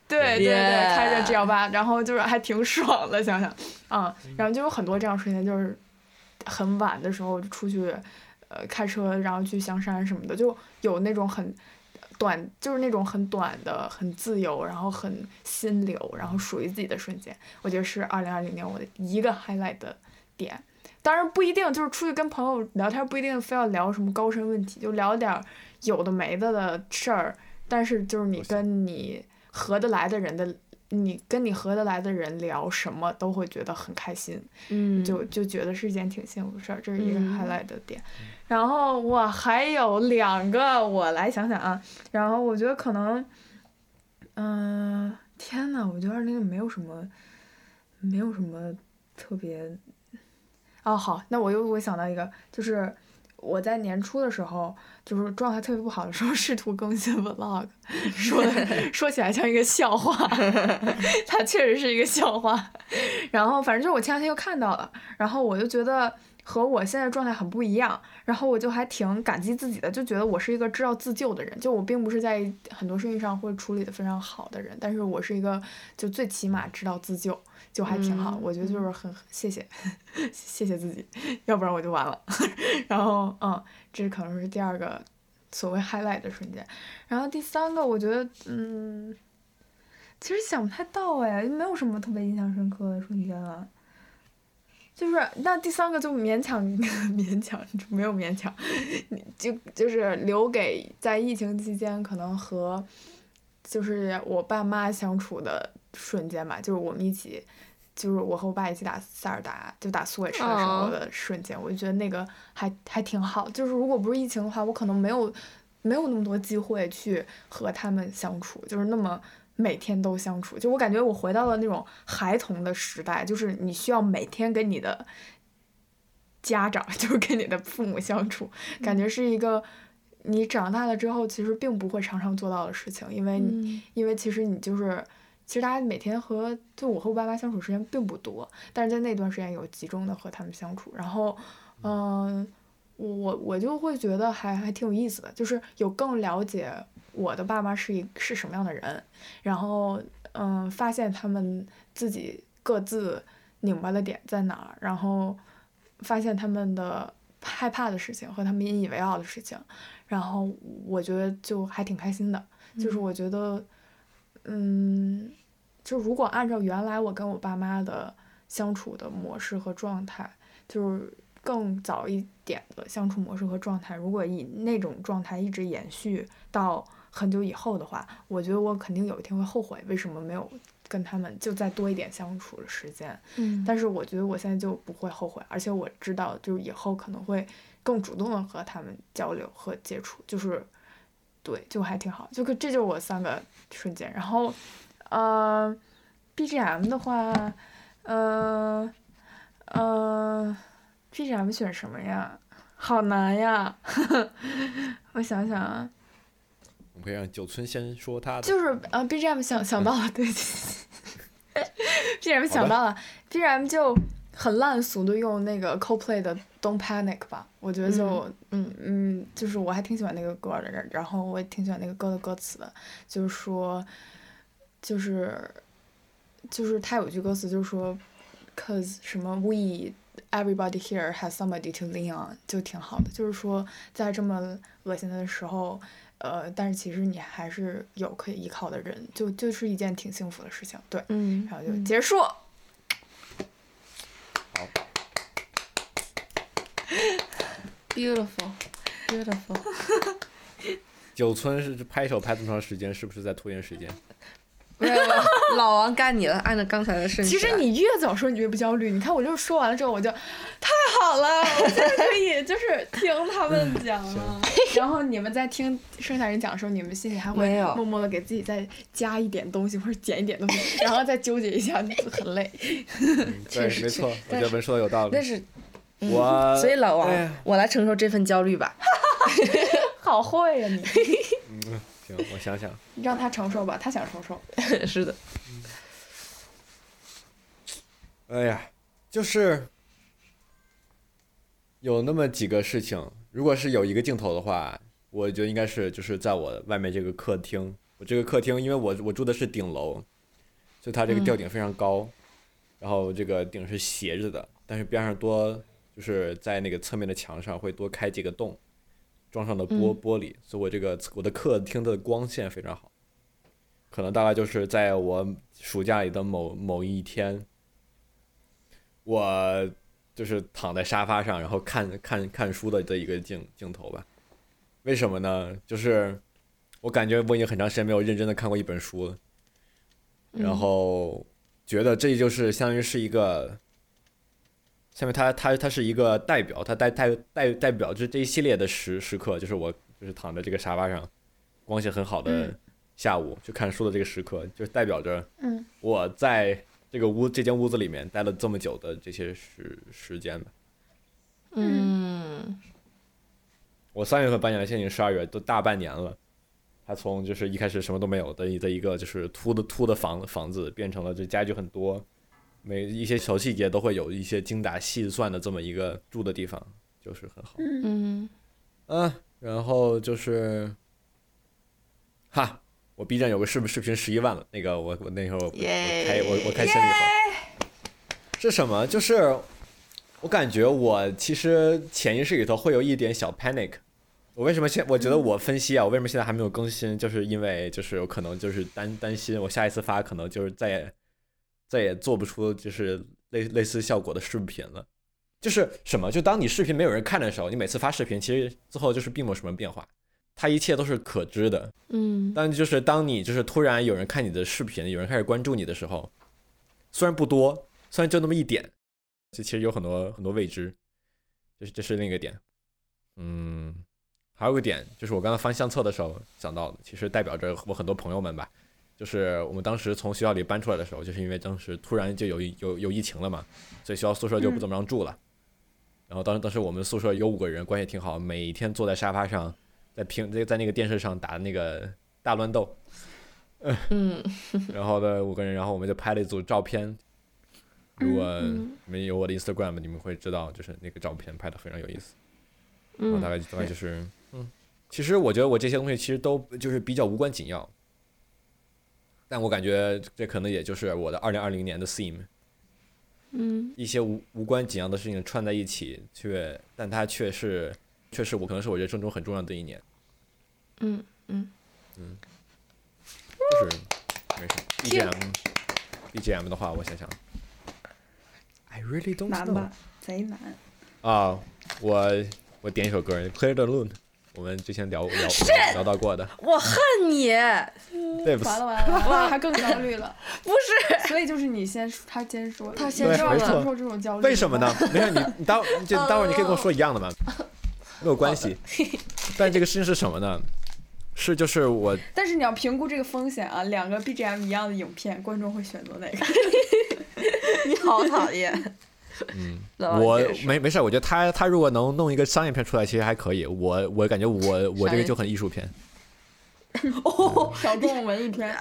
Speaker 6: 对对对，
Speaker 2: Yeah
Speaker 6: 开着 G 幺八，然后就是还挺爽的，想想，嗯，然后就有很多这样瞬间，就是很晚的时候就出去，呃，开车然后去香山什么的，就有那种很短，就是那种很短的、很自由，然后很心流，然后属于自己的瞬间，我觉得是二零二零年我的一个 highlight 的点。当然不一定，就是出去跟朋友聊天，不一定非要聊什么高深问题，就聊点儿有的没的的事儿。但是就是你跟你合得来的人的，你跟你合得来的人聊什么都会觉得很开心，
Speaker 2: 嗯，
Speaker 6: 就就觉得是一件挺幸福的事儿，这是一个
Speaker 2: 嗯
Speaker 6: highlight 的点。然后我还有两个，我来想想啊，然后我觉得可能，嗯、天呐，我觉得二零没有什么，没有什么特别。哦，好，那我又我想到一个，就是我在年初的时候，就是状态特别不好的时候，试图更新 vlog，说的说起来像一个笑话，它确实是一个笑话。然后反正就是我前两天又看到了，然后我就觉得和我现在状态很不一样，然后我就还挺感激自己的，就觉得我是一个知道自救的人，就我并不是在很多事情上会处理的非常好的人，但是我是一个就最起码知道自救，就还挺好。
Speaker 2: 嗯
Speaker 6: 我觉得就是很谢谢 谢谢自己，要不然我就完了。 然后嗯，这可能是第二个所谓 highlight 的瞬间，然后第三个我觉得嗯。其实想不太到哎，没有什么特别印象深刻的瞬间了。啊就是那第三个就勉强 勉强没有勉强，你就就是留给在疫情期间可能和就是我爸妈相处的瞬间吧，就是我们一起，就是我和我爸一起打塞尔达，就打 Switch 的时候
Speaker 2: 哦
Speaker 6: 的瞬间我就觉得那个还还挺好。就是如果不是疫情的话，我可能没有没有那么多机会去和他们相处，就是那么。每天都相处，就我感觉我回到了那种孩童的时代，就是你需要每天跟你的家长， 就是跟你的父母相处，感觉是一个你长大了之后其实并不会常常做到的事情，因
Speaker 2: 嗯
Speaker 6: 为哎
Speaker 3: 嗯
Speaker 6: 你、因为其实你就是，其实大家每天和就我和我爸妈相处时间并不多，但是在那段时间有集中的和他们相处，然后，嗯、我我我就会觉得还还挺有意思的，就是有更了解我的爸妈是一是什么样的人，然后嗯、发现他们自己各自拧巴的点在哪儿，然后发现他们的害怕的事情和他们引以为傲的事情，然后我觉得就还挺开心的。就是我觉得，嗯，就如果按照原来我跟我爸妈的相处的模式和状态，就是更早一点的相处模式和状态，如果以那种状态一直延续到很久以后的话，我觉得我肯定有一天会后悔，为什么没有跟他们就再多一点相处的时间。
Speaker 2: 嗯，
Speaker 6: 但是我觉得我现在就不会后悔，而且我知道就是以后可能会更主动的和他们交流和接触，就是对，就还挺好。就可这就是我三个瞬间。然后，呃，BGM 的话，呃，呃，BGM 选什么呀？好难呀！ 我想想啊，
Speaker 1: 我们可以让九村先说他的。
Speaker 6: 就是呃，BGM 想想到了，对 ，BGM 想到了，BGM 就很烂俗的用那个 CoPlay l d 的 Don't Panic 吧，我觉得就
Speaker 2: 嗯
Speaker 6: 嗯，就是我还挺喜欢那个歌的，然后我也挺喜欢那个歌的歌词的，就是说，就是，就是他有一句歌词就是说，cause 什么 we everybody here has somebody to lean on，就挺好的，就是说在这么恶心的时候，呃，但是其实你还是有可以依靠的人，就就是一件挺幸福的事情，对，
Speaker 2: 嗯，
Speaker 6: 然后就结束。
Speaker 2: beautiful beautiful。
Speaker 1: 九村是拍手拍这么长时间，是不是在拖延时间？
Speaker 2: 没有，没有老王干你了，按照刚才的顺序啊
Speaker 6: 其
Speaker 2: 来。
Speaker 6: 实你越早说，你越不焦虑。你看，我就是说完了之后，我就太好了，我现在可以就是听他们讲了。 然后你们在听剩下人讲的时候，你们心里还会
Speaker 2: 没有
Speaker 6: 默默的给自己再加一点东西，或者减一点东西，然后再纠结一下，就很累。
Speaker 1: 对，没错，我觉得文说的有道理
Speaker 2: 那。是，
Speaker 1: 我
Speaker 2: 所以老王，
Speaker 1: 哎呀
Speaker 2: 我来承受这份焦虑吧。
Speaker 6: 好会啊呀、
Speaker 1: 行，我想想，
Speaker 6: 你，让他承受吧，他想承 受。
Speaker 2: 是的，
Speaker 1: 哎呀，就是有那么几个事情，如果是有一个镜头的话，我觉得应该是就是在我外面这个客厅，我这个客厅，因为我我住的是顶楼，就它这个吊顶非常高，然后这个顶是斜着的，但是边上多就是在那个侧面的墙上会多开几个洞，装上了玻玻璃，所以我这个我的客厅的光线非常好。可能大概就是在我暑假里的某某一天，我就是躺在沙发上，然后看看看书的这一个镜镜头吧。为什么呢？就是我感觉我已经很长时间没有认真的看过一本书了，然后觉得这就是相当于是一个，下面它它它是一个代表，它代代代代表这这一系列的时时刻，就是我就是躺在这个沙发上，光线很好的下午去看书的这个时刻，就代表着
Speaker 6: 嗯
Speaker 1: 我在这个屋这间屋子里面待了这么久的这些时时间吧。
Speaker 2: 嗯，
Speaker 1: 我三月份搬进来，现在已经十二月，都大半年了。他从就是一开始什么都没有的一的一个就是秃的秃的房房子，变成了这家具很多，每一些小细节都会有一些精打细算的这么一个住的地方，就是很好。
Speaker 2: 嗯，
Speaker 1: 嗯，然后就是，哈，我 B 站有个视频视频十一万了，那个我我那时候我我开我我开心里话，是什么？就是我感觉我其实潜意识里头会有一点小 panic。我为什么现我觉得我分析啊，我为什么现在还没有更新，就是因为就是有可能就是担担心我下一次发可能就是再也再也做不出就是类类似效果的视频了。就是什么？就当你视频没有人看的时候，你每次发视频，其实最后就是并没有什么变化，它一切都是可知的。
Speaker 2: 嗯，
Speaker 1: 但就是当你就是突然有人看你的视频，有人开始关注你的时候，虽然不多，虽然就那么一点，这其实有很多很多未知，这是这是另一个点。嗯，还有个点就是我刚刚翻相册的时候想到的，其实代表着我很多朋友们吧，就是我们当时从学校里搬出来的时候，就是因为当时突然就有一有有疫情了嘛，所以学校宿舍就不怎么让住了。然后当时当时我们宿舍有五个人，关系挺好，每天坐在沙发上，在屏在在那个电视上打那个大乱斗。
Speaker 2: 嗯，
Speaker 1: 然后呢，五个人，然后我们就拍了一组照片。如果你们有我的 Instagram，你们会知道，就是那个照片拍的非常有意思。然后大概大概就是，嗯，其实我觉得我这些东西其实都就是比较无关紧要，但我感觉这可能也就是我的二零二零年的 theme。嗯，一些无无关紧要的事情串在一起，却但它却是却是我可能是我人生中很重要的一年。
Speaker 2: 嗯
Speaker 1: 嗯嗯，就是。没事。BGM E BGM 的话，我想想，I really don't
Speaker 3: 难
Speaker 1: know
Speaker 3: 吧，贼难。
Speaker 1: 啊，我我点一首歌，Clear the Loon，我们之前聊聊聊到过的，
Speaker 2: 我恨你，
Speaker 1: 对不起
Speaker 3: 完，了 完了完了，他更焦虑了。
Speaker 2: 不是
Speaker 3: 所以就是你先，他先说，
Speaker 2: 他
Speaker 3: 你
Speaker 2: 先
Speaker 1: 对
Speaker 3: 知道
Speaker 1: 没
Speaker 3: 了
Speaker 1: 错
Speaker 3: 承受这种焦虑，
Speaker 1: 为什么呢？？没事，你你待会就
Speaker 3: 呃
Speaker 1: 待会儿你可以跟我说一样的嘛，没有关系。 但这个事情是什么呢？是就是我
Speaker 3: 但是你要评估这个风险啊，两个 BGM 一样的影片，观众会选择哪个？
Speaker 2: 你好讨 厌。老王
Speaker 1: 我
Speaker 2: 你接着说
Speaker 1: 没没事，我觉得他他如果能弄一个商业片出来，其实还可以。我我感觉我我这个就很艺术片。
Speaker 2: 哦，
Speaker 6: 小众文艺片，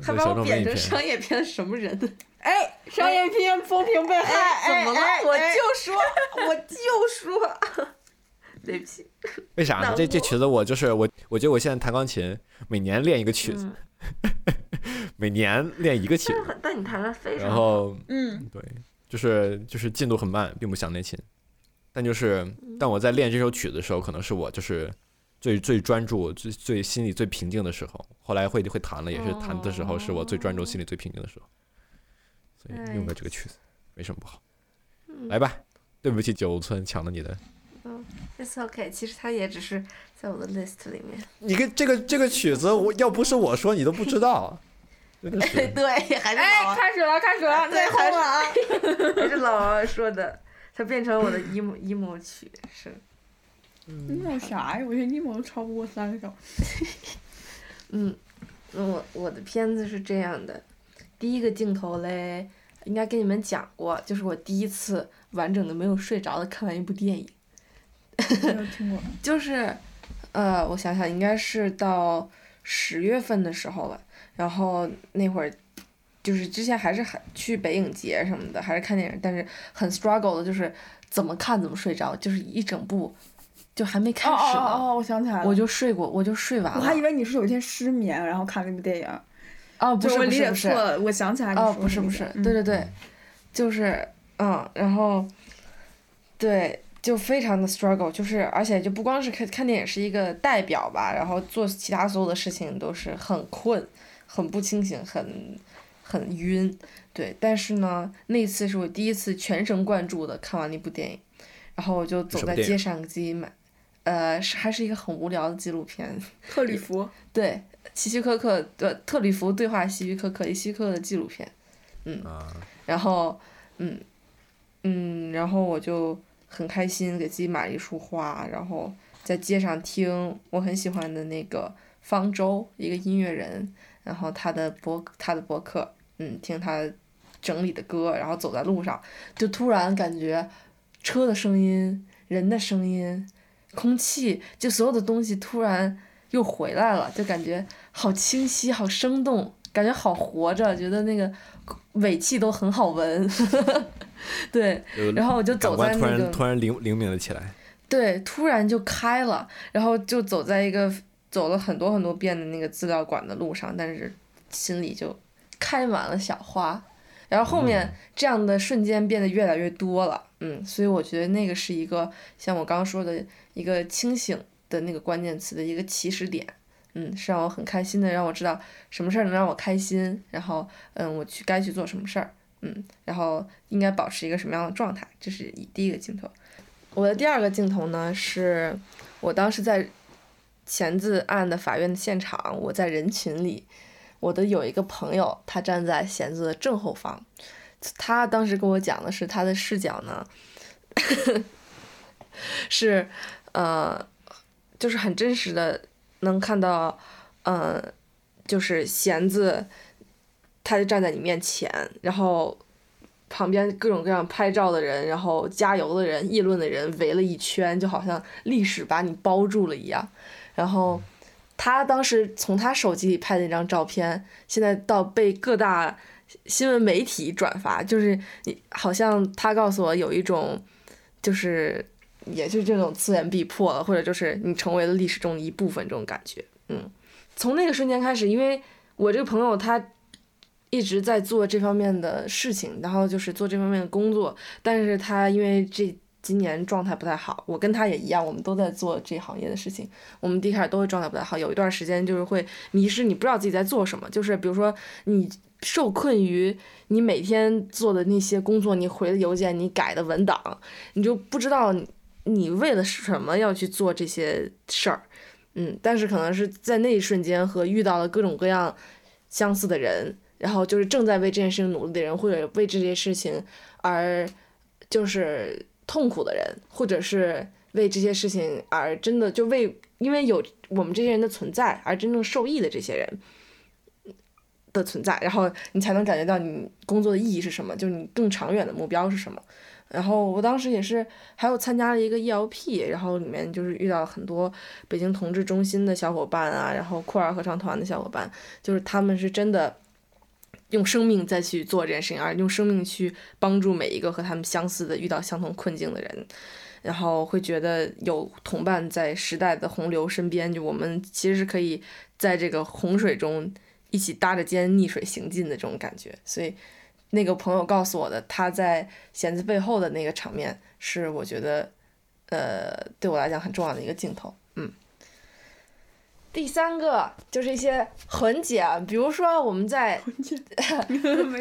Speaker 2: 还把我贬成商业片的什么人？
Speaker 6: 哎，商业片风评被
Speaker 2: 怎
Speaker 6: 害，
Speaker 2: 么了？
Speaker 6: 哎
Speaker 2: 我
Speaker 6: 哎
Speaker 2: 就说，我就说，对不起，
Speaker 1: 为啥呢？这这曲子我就是我，我觉得我现在弹钢琴，每年练一个曲子，
Speaker 3: 嗯
Speaker 1: 每年练一个曲子，
Speaker 2: 但你弹的非
Speaker 1: 然
Speaker 2: 常
Speaker 1: 后
Speaker 6: 嗯，
Speaker 1: 对，就是就是进度很慢，并不想练琴，但就是
Speaker 2: 嗯
Speaker 1: 但我在练这首曲子的时候，可能是我就是最最专注、最最心里最平静的时候。后来会会弹了，也是弹的时候是我最
Speaker 2: 哦
Speaker 1: 专注、心里最平静的时候，所
Speaker 2: 哎
Speaker 1: 以用个这个曲子没什么不好。
Speaker 2: 嗯
Speaker 1: 来吧，对不起，九村抢了你的。
Speaker 2: ，it's OK。其实它也只是在我的 list 里面。
Speaker 1: 你跟这个这个曲子，我要不是我说，你都不知道，真的 是。
Speaker 2: 对，还是老
Speaker 6: 哎，
Speaker 2: 王，
Speaker 6: 开始了，开始了，
Speaker 2: 对
Speaker 6: 最后了啊，
Speaker 2: 还是老王说的，它变成我的 emo emo 曲是。
Speaker 6: 你有啥呀？我觉得你有超不过三首，
Speaker 2: 嗯，我我的片子是这样的，第一个镜头嘞，应该跟你们讲过，就是我第一次完整的没有睡着的看完一部电影，
Speaker 6: 没有听 过，
Speaker 2: 就是，呃，我想想，应该是到十月份的时候了，然后那会儿。就是之前还是很去北影节什么的，还是看电影，但是很 struggle 的，就是怎么看怎么睡着，就是一整部就还没开
Speaker 6: 哦
Speaker 2: 始
Speaker 6: 哦
Speaker 2: 呢，
Speaker 6: 哦哦，我想起来了，
Speaker 2: 我就睡过，我就睡完
Speaker 6: 我
Speaker 2: 了。
Speaker 6: 还以为你是有一天失眠，然后看了一部电影，
Speaker 2: 哦，不
Speaker 6: 就是我
Speaker 2: 不是
Speaker 6: 理解
Speaker 2: 不是
Speaker 6: 错了，我想起来你
Speaker 2: 哦，
Speaker 6: 说
Speaker 2: 不是
Speaker 6: 的
Speaker 2: 不
Speaker 6: 那嗯
Speaker 2: 是
Speaker 6: 个，
Speaker 2: 对对对，就是嗯，然后对，就非常的 struggle，就是而且就不光是看看电影是一个代表吧，然后做其他所有的事情都是很困、很不清醒、很很晕，对。但是呢，那次是我第一次全神贯注的看完了一部电影，然后我就走
Speaker 1: 什么
Speaker 2: 在
Speaker 1: 电
Speaker 2: 街
Speaker 1: 影
Speaker 2: 上给自己买，呃，是还是一个很无聊的纪录片，
Speaker 6: 特吕弗，
Speaker 2: 对，希区柯克的特里弗对话希区柯克，一希区柯克的纪录片，嗯，
Speaker 1: 啊，
Speaker 2: 然后，嗯，嗯，然后我就很开心，给自己买了一束花，然后在街上听我很喜欢的那个方舟，一个音乐人，然后他的博他的博客，嗯，听他整理的歌，然后走在路上，就突然感觉车的声音、人的声音、空气，就所有的东西突然又回来了，就感觉好清晰、好生动，感觉好活着，觉得那个尾气都很好闻。 对，然后我就
Speaker 1: 感
Speaker 2: 走在
Speaker 1: 官突
Speaker 2: 那
Speaker 1: 然
Speaker 2: 个
Speaker 1: 突然灵灵敏了起来。
Speaker 2: 对，突然就开了，然后就走在一个走了很多很多遍的那个资料馆的路上，但是心里就开满了小花。然后后面这样的瞬间变得越来越多了，嗯，所以我觉得那个是一个像我刚刚说的一个清醒的那个关键词的一个起始点，嗯，是让我很开心的，让我知道什么事儿能让我开心，然后嗯，我去该去做什么事儿，嗯，然后应该保持一个什么样的状态，这是一第一个镜头。我的第二个镜头呢，是我当时在前字案的法院的现场，我在人群里，我的有一个朋友，他站在弦子的正后方，他当时跟我讲的是他的视角呢， 是呃，就是很真实的能看到，呃，就是弦子，他就站在你面前，然后旁边各种各样拍照的人，然后加油的人、议论的人围了一圈，就好像历史把你包住了一样。然后他当时从他手机里拍的那张照片，现在到被各大新闻媒体转发，就是你好像他告诉我有一种，就是也就是这种资源逼迫了，或者就是你成为了历史中的一部分这种感觉。嗯，从那个瞬间开始，因为我这个朋友他一直在做这方面的事情，然后就是做这方面的工作，但是他因为这今年状态不太好，我跟他也一样，我们都在做这行业的事情，我们第一开始都会状态不太好，有一段时间就是会迷失，你不知道自己在做什么，就是比如说你受困于你每天做的那些工作，你回的邮件，你改的文档，你就不知道你你为了什么要去做这些事儿，嗯，但是可能是在那一瞬间和遇到了各种各样相似的人，然后就是正在为这件事情努力的人，或者为这些事情而就是痛苦的人，或者是为这些事情而真的就为因为有我们这些人的存在而真正受益的这些人的存在，然后你才能感觉到你工作的意义是什么，就是你更长远的目标是什么。然后我当时也是，还有参加了一个 ELP，然后里面就是遇到很多北京同志中心的小伙伴啊，然后酷儿合唱团的小伙伴，就是他们是真的用生命再去做这件事情，而用生命去帮助每一个和他们相似的、遇到相同困境的人，然后会觉得有同伴在时代的洪流身边，就我们其实是可以在这个洪水中一起搭着肩逆水行进的这种感觉，所以。那个朋友告诉我的，他在弦子背后的那个场面是我觉得，呃，对我来讲很重要的一个镜头。嗯，第三个就是一些环节啊，比如说我们在，比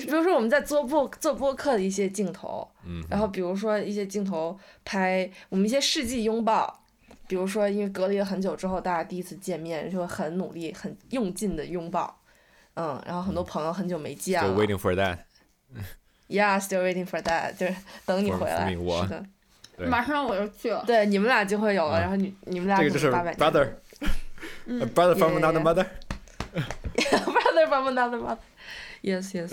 Speaker 2: 如说我们在做播做播客的一些镜头，
Speaker 1: 嗯，
Speaker 2: 然后比如说一些镜头拍我们一些世纪拥抱，比如说因为隔离了很久之后，大家第一次见面就会很努力、很用劲的拥抱，嗯，然后很多朋友很久没见
Speaker 1: 就
Speaker 2: 了。
Speaker 1: waiting for that。
Speaker 2: Yeah, still waiting for that，就是等你
Speaker 1: For-
Speaker 2: 回
Speaker 1: for
Speaker 2: 来。
Speaker 1: me, what？
Speaker 2: 是的，
Speaker 1: 对
Speaker 6: 马上我就去了。
Speaker 2: 对，你们俩就会有了，
Speaker 1: 啊
Speaker 2: 然后你你们俩
Speaker 1: 这个
Speaker 2: 可
Speaker 1: 就
Speaker 2: 能
Speaker 1: 是
Speaker 2: 八百
Speaker 1: brother。A brother from
Speaker 2: Yeah, yeah,
Speaker 1: another
Speaker 2: yeah.
Speaker 1: mother，
Speaker 2: brother from another mother。Yes, yes 。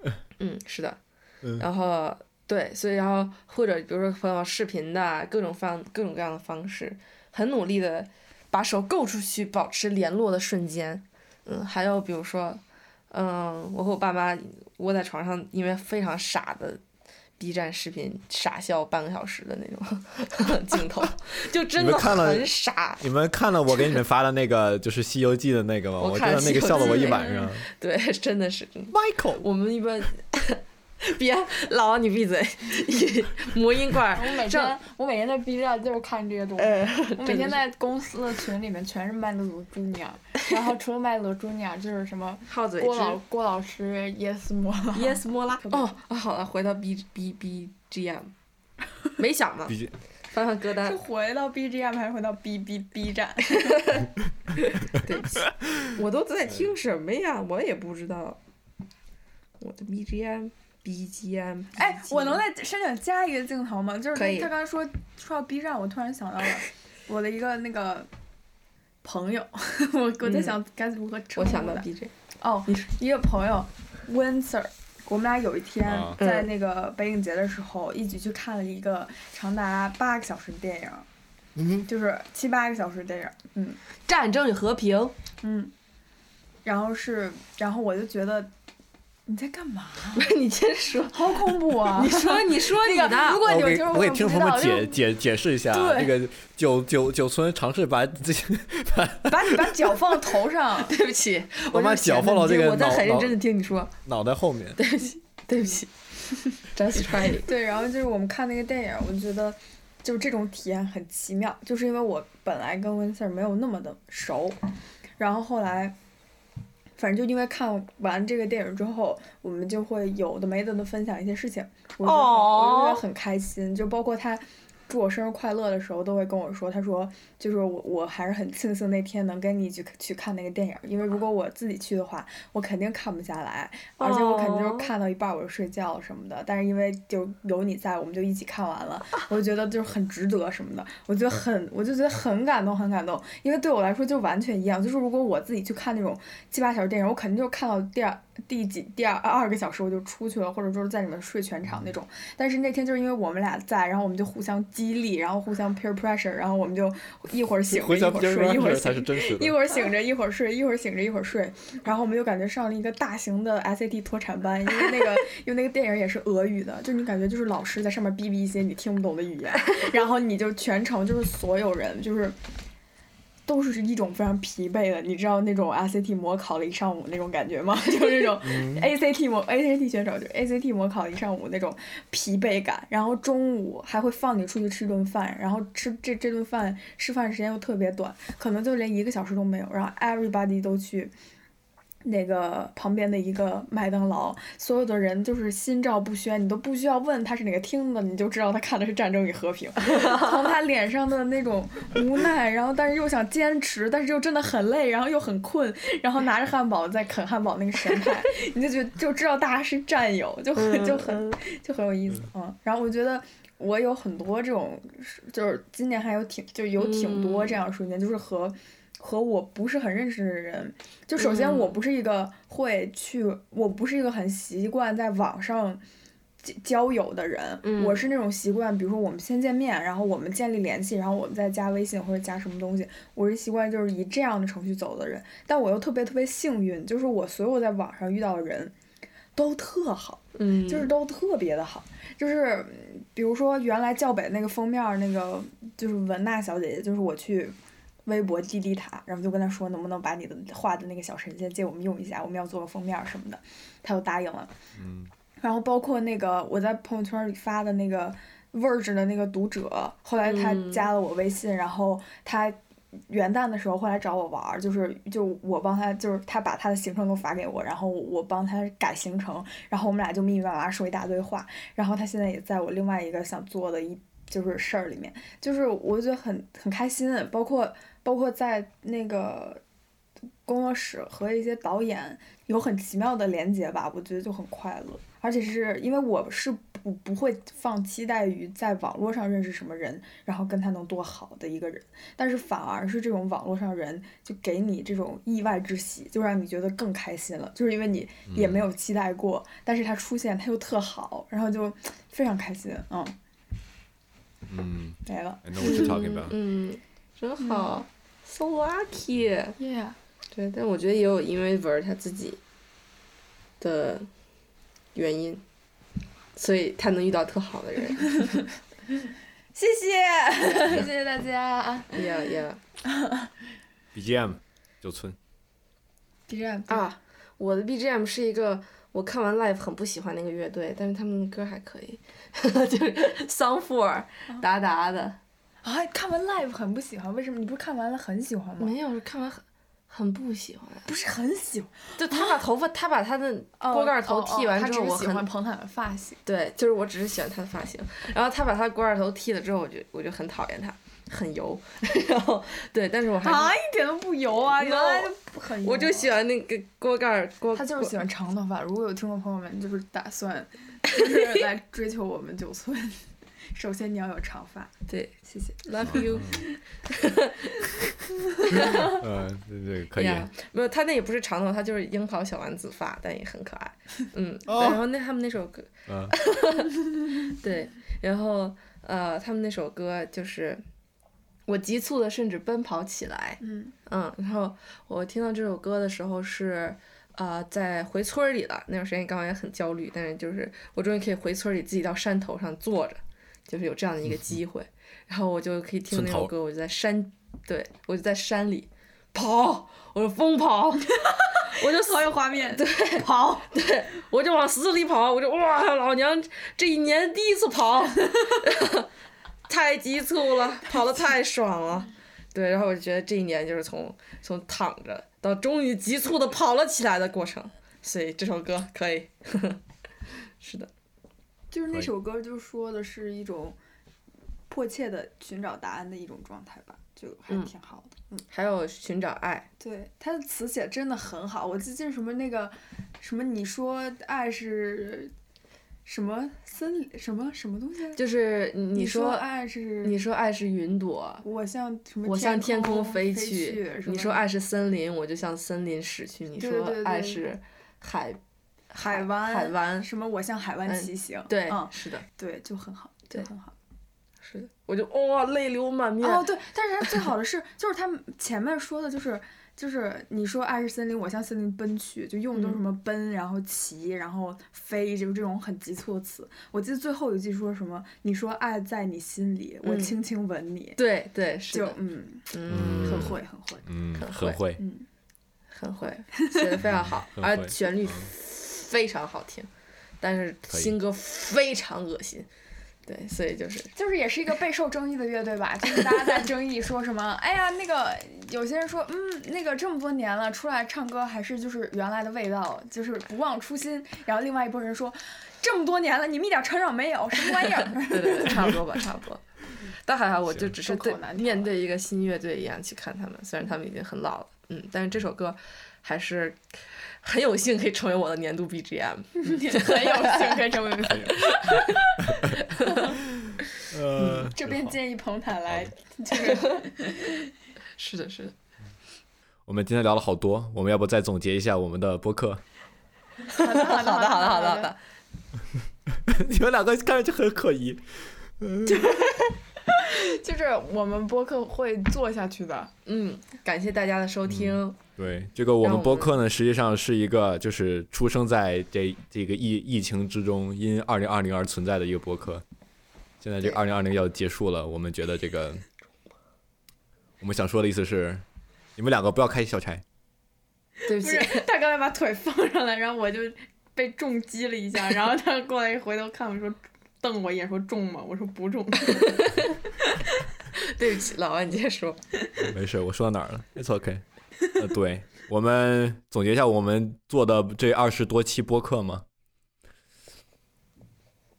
Speaker 2: 嗯，是的。
Speaker 1: 嗯
Speaker 2: 然后对，所以然后或者比如说朋友视频的啊各种方各种各样的方式，很努力的把手够出去，保持联络的瞬间。嗯，还有比如说，嗯，我和我爸妈窝在床上，因为非常傻的 B 站视频傻笑半个小时的那种 镜头，就真
Speaker 1: 你
Speaker 2: 的
Speaker 1: 们看了
Speaker 2: 很傻。
Speaker 1: 你们看了我给你们发的那个就是《西游记》的那个吗？我
Speaker 2: 我
Speaker 1: 真
Speaker 2: 看
Speaker 1: 的那个
Speaker 2: 西游
Speaker 1: 笑了我
Speaker 2: 记
Speaker 1: 一晚上。
Speaker 2: 对，真的是。嗯
Speaker 1: Michael，
Speaker 2: 我们一般 别老王你闭嘴，魔音罐
Speaker 6: 我
Speaker 2: 儿。
Speaker 6: 每
Speaker 2: 这
Speaker 6: 天我每天在 B 站就是看这些东西，
Speaker 2: 呃，
Speaker 6: 我
Speaker 2: 真
Speaker 6: 每
Speaker 2: 的
Speaker 6: 天
Speaker 2: 是
Speaker 6: 在公司的群里面全是麦乐罗朱尼亚，然后除了麦乐罗朱尼亚就是什么
Speaker 2: 好嘴
Speaker 6: 郭老
Speaker 2: 之
Speaker 6: 郭老师、耶斯莫拉，
Speaker 2: yes 莫拉。哦，哦好了，回到 B B B G M，没想 呢，
Speaker 1: 毕竟
Speaker 2: 翻翻歌单
Speaker 6: 是。回到 BGM 还是回到 B B B 站？
Speaker 2: 对不起，我都在听什么哎呀？我也不知道。我的 B G M B G M，
Speaker 6: 哎，我能再申请加一个镜头吗？就是
Speaker 2: 可以
Speaker 6: 他刚才说说到 B 站，我突然想 到了我的一个那个朋友，我我在想该如何称
Speaker 2: 嗯我
Speaker 6: 呼
Speaker 2: 想到
Speaker 6: 他
Speaker 2: B J，
Speaker 6: 哦
Speaker 2: 你说，
Speaker 6: 一个朋友温 Sir，我们俩有一天
Speaker 1: 啊
Speaker 2: 嗯
Speaker 6: 在那个北影节的时候，一起去看了一个长达八个小时的电影，
Speaker 1: 嗯
Speaker 6: 就是七八个小时的电影，嗯
Speaker 2: 战争与和平。
Speaker 6: 嗯，然后是，然后我就觉得你在干 嘛？
Speaker 2: 你先说，
Speaker 6: 好恐怖啊！
Speaker 2: 你说，你说你
Speaker 6: 那个，
Speaker 2: 的。
Speaker 6: 如果
Speaker 1: 哦我
Speaker 6: 你有
Speaker 1: 给
Speaker 6: 听众
Speaker 1: 我给
Speaker 6: 不
Speaker 1: 听
Speaker 6: 知
Speaker 1: 众
Speaker 6: 道
Speaker 1: 们
Speaker 6: 就是
Speaker 1: 解解解释一下啊，这
Speaker 6: 对
Speaker 1: 个九九九村尝试把自己
Speaker 6: 把你把脚放
Speaker 2: ，
Speaker 6: 头上
Speaker 2: 对不起，
Speaker 1: 我把
Speaker 2: 就是闲
Speaker 1: 脚
Speaker 2: 得
Speaker 1: 放到
Speaker 2: 你
Speaker 1: 这个
Speaker 2: 我在
Speaker 1: 脑
Speaker 2: 很认
Speaker 1: 脑
Speaker 2: 真的听你说。
Speaker 1: 脑袋后面，
Speaker 2: 对不起，对不起，just try it。
Speaker 6: 对，然后就是我们看那个电影，我觉得就是这种体验很奇妙，就是因为我本来跟温 Sir 没有那么的熟，然后后来，反正就因为看完这个电影之后，我们就会有的没的的分享一些事情，我就很我就觉
Speaker 2: 哦
Speaker 6: 得很开心，就包括他。祝我生日快乐的时候，都会跟我说，他说，就是我，我还是很庆幸那天能跟你去去看那个电影，因为如果我自己去的话，我肯定看不下来，而且我肯定就是
Speaker 2: 哦
Speaker 6: 看到一半我就睡觉什么的。但是因为就有你在，我们就一起看完 了，我就觉得就是很值得什么的，我
Speaker 2: 嗯
Speaker 6: 觉得很，我就觉得很感动，很感动。因为对我来说就完全一样，就是如果我自己去看那种七八小时电影，我肯定就看到第二第几第二二个小时我就出去了，或者说是在里面睡全场那种。但是那天就是因为我们俩在，然后我们就互相激励，然后互相 peer pressure，然后我们就一会儿醒着
Speaker 1: 回
Speaker 6: 一
Speaker 1: 想
Speaker 6: 会儿睡，一会儿
Speaker 1: 才是
Speaker 6: 醒着。
Speaker 1: 真实的
Speaker 6: 一。会儿醒着，一会儿睡，一会儿醒着，一会儿睡，然后我们就感觉上了一个大型的 SAT 脱产班，因为 那个因为那个电影也是俄语的，就你感觉就是老师在上面逼逼一些你听不懂的 语言，然后你就全程就是所有人就是都是一种非常疲惫的，你知道那种 SAT 模考了一上午那种感觉吗？ 就是那种
Speaker 1: 嗯
Speaker 6: ACT 模 ACT 选手，就是 ACT 模考了一上午那种疲惫感。然后中午还会放你出去吃顿饭，然后吃这这顿饭吃饭时间又特别短，可能就连一个小时都没有。然后 everybody 都去。那个旁边的一个麦当劳，所有的人就是心照不宣，你都不需要问他是哪个厅的，你就知道他看的是《战争与和平》。从他脸上的那种无奈，然后但是又想坚持，但是又真的很累，然后又很困，然后拿着汉堡在啃汉堡那个神态， 你就觉得就知道大家是战友，就
Speaker 2: 嗯
Speaker 6: 很就很就很有意思啊。
Speaker 3: 嗯
Speaker 6: 然后我觉得我有很多这种，就是今年还有挺就有挺多
Speaker 2: 嗯
Speaker 6: 这样的瞬间，就是和。和我不是很认识的人，就首先
Speaker 2: 嗯
Speaker 6: 我不是一个会去，我不是一个很习惯在网上
Speaker 3: 交交友的人，
Speaker 2: 嗯
Speaker 3: 我是那种习惯，比如说我们先见面，然后我们建立联系，然后我们再加微信或者加什么东西，我是习惯就是以这样的程序走的人。但我又特别特别幸运，就是我所有在网上遇到的人都特好，
Speaker 2: 嗯，
Speaker 3: 就是都特别的好，就是嗯比如说原来教北那个封面儿那个就是文娜小姐姐，就是我去。微博滴滴她，然后就跟她说能不能把你的画的那个小神仙借我们用一下，我们要做个封面儿什么的，她就答应了。
Speaker 1: 嗯，
Speaker 3: 然后包括那个我在朋友圈里发的那个 Verge 的那个读者，后来他
Speaker 2: 嗯
Speaker 3: 加了我微信，然后他元旦的时候后来找我玩儿，就是就我帮他，就是他把他的行程都发给我，然后我帮他改行程，然后我们俩就密密麻麻说一大堆话，然后他现在也在我另外一个想做的一就是事儿里面，就是我觉得很很开心，包括包括在那个工作室和一些导演有很奇妙的连接吧，我觉得就很快乐。而且是因为我是不不会放期待于在网络上认识什么人，然后跟他能多好的一个人，但是反而是这种网络上人就给你这种意外之喜，就让你觉得更开心了，就是因为你也没
Speaker 1: 嗯
Speaker 3: 有期待过，但是他出现他又特好，然后就非常开心，嗯，
Speaker 1: 嗯
Speaker 3: 没了。
Speaker 1: ，I know what you're talking
Speaker 2: 嗯
Speaker 1: about。
Speaker 2: 嗯，真好、s o lucky。
Speaker 6: Yeah，
Speaker 2: 对，但我觉得也有因为文儿他自己的原因，所以他能遇到特好的人。
Speaker 3: 谢谢，
Speaker 6: 谢谢大家啊
Speaker 2: yeah yeah
Speaker 1: BGM 九寸，
Speaker 3: B 站
Speaker 2: 啊，我的 BGM 是一个我看完 live 很不喜欢那个乐队，但是他们的歌还可以， 就是 Song Four 达达的，
Speaker 3: 啊，看完 live 很不喜欢，为什么？你不是看完了很喜欢吗？
Speaker 2: 没有看完很很不喜欢。
Speaker 3: 不是很喜欢，
Speaker 2: 就他把头发，他把他的锅盖头剃完之后，我
Speaker 6: 哦他只是喜
Speaker 2: 很
Speaker 6: 欢彭坦的发型。
Speaker 2: 对，就是我只是喜欢他的发型，然后他把他锅盖头剃了之后，我就我就很讨厌他，很油， 然后对，但是我还是、
Speaker 6: 哎
Speaker 3: 啊，一点都不油啊，原来
Speaker 2: No，
Speaker 3: 就不很油啊。
Speaker 2: 我就喜欢那个锅盖儿锅，
Speaker 6: 他就是喜欢长头发。如果有听众朋友们就是打 算，就是来追求我们九寸，首先你要有长发。
Speaker 2: 对
Speaker 6: 谢谢。
Speaker 2: love you，
Speaker 1: 嗯，对对，可以。
Speaker 2: 呀没有他那也不是长头，他就是樱桃小丸子发，但也很可爱，嗯，
Speaker 1: 哦
Speaker 2: 然后那他们那首歌
Speaker 1: 嗯，
Speaker 2: 对，然后呃他们那首歌就是我急促的甚至奔跑起来，
Speaker 6: 嗯
Speaker 2: 嗯，然后我听到这首歌的时候是，呃，在回村儿里了。那段时间刚好也很焦虑，但是就是我终于可以回村儿里自己到山头上坐着，就是有这样的一个机会。然后我就可以听
Speaker 1: 村
Speaker 2: 那首
Speaker 1: 头
Speaker 2: 歌，我就在山，对我就在山里跑，我就疯跑，我就
Speaker 3: 好有画面，对，跑，
Speaker 2: 我就往死里跑，我就哇，老娘这一年第一次 跑，太急促了，跑的太爽了。对，然后我就觉得这一年就是从从躺着到终于急促的跑了起来的过程，所以这首歌可以。 是的，
Speaker 3: 就是那
Speaker 1: 可以
Speaker 3: 首歌就说的是一种迫切的寻找答案的一种状态吧，就还
Speaker 2: 嗯
Speaker 3: 挺好的。嗯，
Speaker 2: 还有寻找爱，
Speaker 3: 对，他的词写真的很好。我最近什么那个什么，你说爱是什么森林什么什么东西来着？
Speaker 2: 就是你
Speaker 3: 你
Speaker 2: 你说
Speaker 3: 爱是
Speaker 2: 你说爱是云朵，
Speaker 3: 我像什么？
Speaker 2: 我向天空
Speaker 3: 空
Speaker 2: 飞
Speaker 3: 去
Speaker 2: 去。
Speaker 3: 什
Speaker 2: 你
Speaker 3: 么
Speaker 2: 说爱是森林，我就向森林驶去。你
Speaker 3: 对
Speaker 2: 说
Speaker 3: 对
Speaker 2: 爱
Speaker 3: 对
Speaker 2: 是海
Speaker 3: 海湾
Speaker 2: 海湾，
Speaker 3: 什么？我向海湾
Speaker 2: 嗯
Speaker 3: 骑行。
Speaker 2: 对
Speaker 3: 嗯，，
Speaker 2: 是的。
Speaker 3: 对，就很好，就
Speaker 2: 对
Speaker 3: 很好。
Speaker 2: 是的，我就哇、泪流满面。
Speaker 3: 哦，对，但是他最好的是，就是他们前面说的，就是就是你说爱是森林，我向森林奔去，就用
Speaker 2: 嗯
Speaker 3: 的都是什么奔，然后骑，然后飞，就是这种很急促的词。我记得最后一句说什么，你说爱在你心里，我
Speaker 2: 嗯
Speaker 3: 轻轻吻你，
Speaker 2: 对对是
Speaker 3: 就
Speaker 2: 的，
Speaker 3: 嗯，
Speaker 2: 嗯，
Speaker 3: 很会，很会，
Speaker 1: 嗯，
Speaker 2: 很
Speaker 1: 很会，，
Speaker 3: 嗯，
Speaker 2: 很会，写的非常好
Speaker 1: 很会嗯
Speaker 2: 而旋律非常好听，但是
Speaker 1: 以
Speaker 2: 新歌非常恶心。对，所以就是
Speaker 3: 就是也是一个备受争议的乐队吧，就是大家在争议说什么，哎呀，那个有些人说，嗯，那个这么多年了，出来唱歌还是就是原来的味道，就是不忘初心。然后另外一拨人说，这么多年了，你们一点成长没有，什么玩 意儿？
Speaker 2: 对对对，差不多吧，差不 多。但还好，我就
Speaker 1: 行
Speaker 2: 只是
Speaker 3: 众口
Speaker 2: 对
Speaker 3: 难调
Speaker 2: 面对一个新乐队一样去看他们，虽然他们已经很老了，嗯，但是这首歌还是很有幸可以成为我的年度 BGM。
Speaker 3: 很有幸可以成为
Speaker 1: 呃，
Speaker 3: 这边
Speaker 1: 真好
Speaker 3: 建议彭坦来
Speaker 1: 好，
Speaker 3: 就是
Speaker 2: 是的， 是的。
Speaker 1: 我们今天聊了好多，我们要不再总结一下我们的播客？
Speaker 3: 好的
Speaker 2: 好的，好的，好的，好的。
Speaker 1: 你们两个看上去很可疑。
Speaker 6: 就是我们播客会做下去的。
Speaker 2: 嗯，感谢大家的收听。
Speaker 1: 嗯对，这个我
Speaker 2: 让
Speaker 1: 们
Speaker 2: 我
Speaker 1: 播
Speaker 2: 们
Speaker 1: 客呢，实际上是一个就是出生在这这个疫疫情之中，因二零二零而存在的一个播客。现在这二零二零要结束了，我们觉得这个，我们想说的意思是，你们两个不要开小差。
Speaker 2: 对不
Speaker 3: 不
Speaker 2: 起
Speaker 3: 是，，他刚才把腿放上来，然后我就被重击了一 下，然后他过来一回头看我说，瞪我一眼说重吗？我说不重。
Speaker 2: 对不起，老王，你接着说。
Speaker 1: 没事，我说到哪儿了？It's OK。呃，对我们总结一下我们做的这二十多期播客嘛，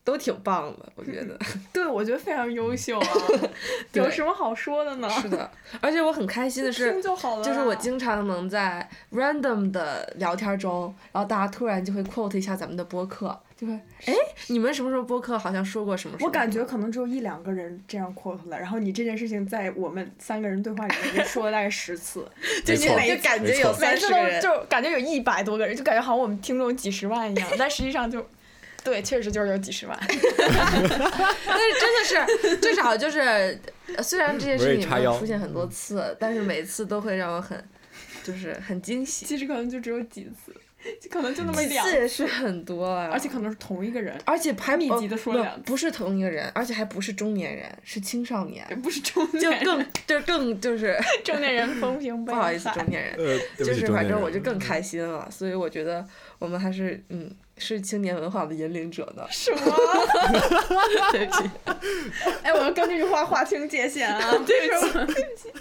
Speaker 2: 都挺棒的，我觉得
Speaker 3: 对，我觉得非常优秀 啊，
Speaker 2: 对
Speaker 3: 有什么好说的呢？
Speaker 2: 是的，而且我很开心的
Speaker 3: 听
Speaker 2: 是，
Speaker 3: 就好了啊。
Speaker 2: 就是我经常能在 random 的聊天中，然后大家突然就会 quote 一下咱们的播客，就会哎，你们什么时候播客好像说过什么什么？
Speaker 3: 我感觉可能只有一两个人这样 quote 了，然后你这件事情在我们三个人对话里面已经说了大概十次，
Speaker 1: 没
Speaker 2: 你
Speaker 1: 错，
Speaker 2: 就感觉有
Speaker 1: 没错
Speaker 2: 三
Speaker 6: 每
Speaker 2: 十
Speaker 6: 次
Speaker 2: 个
Speaker 6: 都
Speaker 2: 人，
Speaker 6: 就感觉有一百多个人，就感觉好像我们听众几十万一样，但实际上就， 对，确实就是有几十万。
Speaker 2: 但是真的是至少就是，呃虽然这件事
Speaker 1: 我也
Speaker 2: 情
Speaker 1: 叉
Speaker 2: 没
Speaker 1: 腰
Speaker 2: 有出现很多次，但是每次都会让我很就是很惊喜。
Speaker 3: 其实可能就只有几次，就可能就那么
Speaker 2: 几
Speaker 3: 两
Speaker 2: 次，也是很多啊，
Speaker 3: 而且可能是同一个人，
Speaker 2: 而且还
Speaker 3: 密集
Speaker 2: 哦
Speaker 3: 地说
Speaker 2: 不
Speaker 3: 两次
Speaker 2: 不是同一个人，而且还不是中年人，是青少年。
Speaker 3: 也不是中
Speaker 2: 就
Speaker 3: 年人，
Speaker 2: 更就更就是
Speaker 6: 中年人风评
Speaker 2: 不
Speaker 6: 被
Speaker 2: 好意思，
Speaker 6: 害
Speaker 2: 中年人，
Speaker 1: 呃，对不
Speaker 2: 就
Speaker 1: 起
Speaker 2: 是
Speaker 1: 中
Speaker 2: 反
Speaker 1: 间
Speaker 2: 正
Speaker 1: 人嗯
Speaker 2: 我就更开心了，所以我觉得我们还是嗯是青年文化的引领 者呢。
Speaker 3: 什么？对不起，哎，我要跟这句话划清界限 啊！对不起，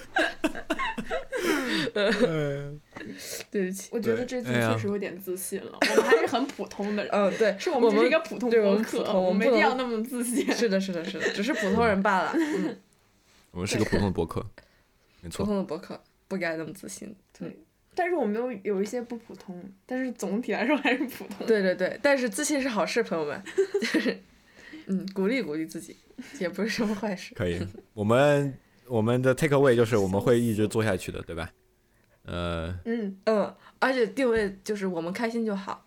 Speaker 1: 嗯
Speaker 2: 对不起，
Speaker 3: 我觉得这次确实有点自信了，我们还是很普通的人。
Speaker 2: 嗯对，
Speaker 3: 是
Speaker 2: 我
Speaker 3: 呃们只是
Speaker 2: 们
Speaker 3: 一个普通
Speaker 2: 对我
Speaker 3: 博
Speaker 2: 们
Speaker 3: 客
Speaker 2: 普，通我们
Speaker 3: 没
Speaker 2: 不
Speaker 3: 必要
Speaker 2: 能
Speaker 3: 那么自信。
Speaker 2: 是的，是的，是的，只是普通人 罢了，嗯，
Speaker 1: 我们是个普通的博客，没
Speaker 2: 普
Speaker 1: 错，
Speaker 2: 通的博客不该那么自信。
Speaker 3: 但是我们有有一些不普通，但是总体来说还是普通。
Speaker 2: 对对对，但是自信是好事，朋友 们，就是嗯鼓励鼓励自己，也不是什么坏事。
Speaker 1: 可以。我们我们的 take away 就是我们会一直做下去的，对吧？呃，
Speaker 3: 嗯，
Speaker 2: 嗯，而且定位就是我们开心就好。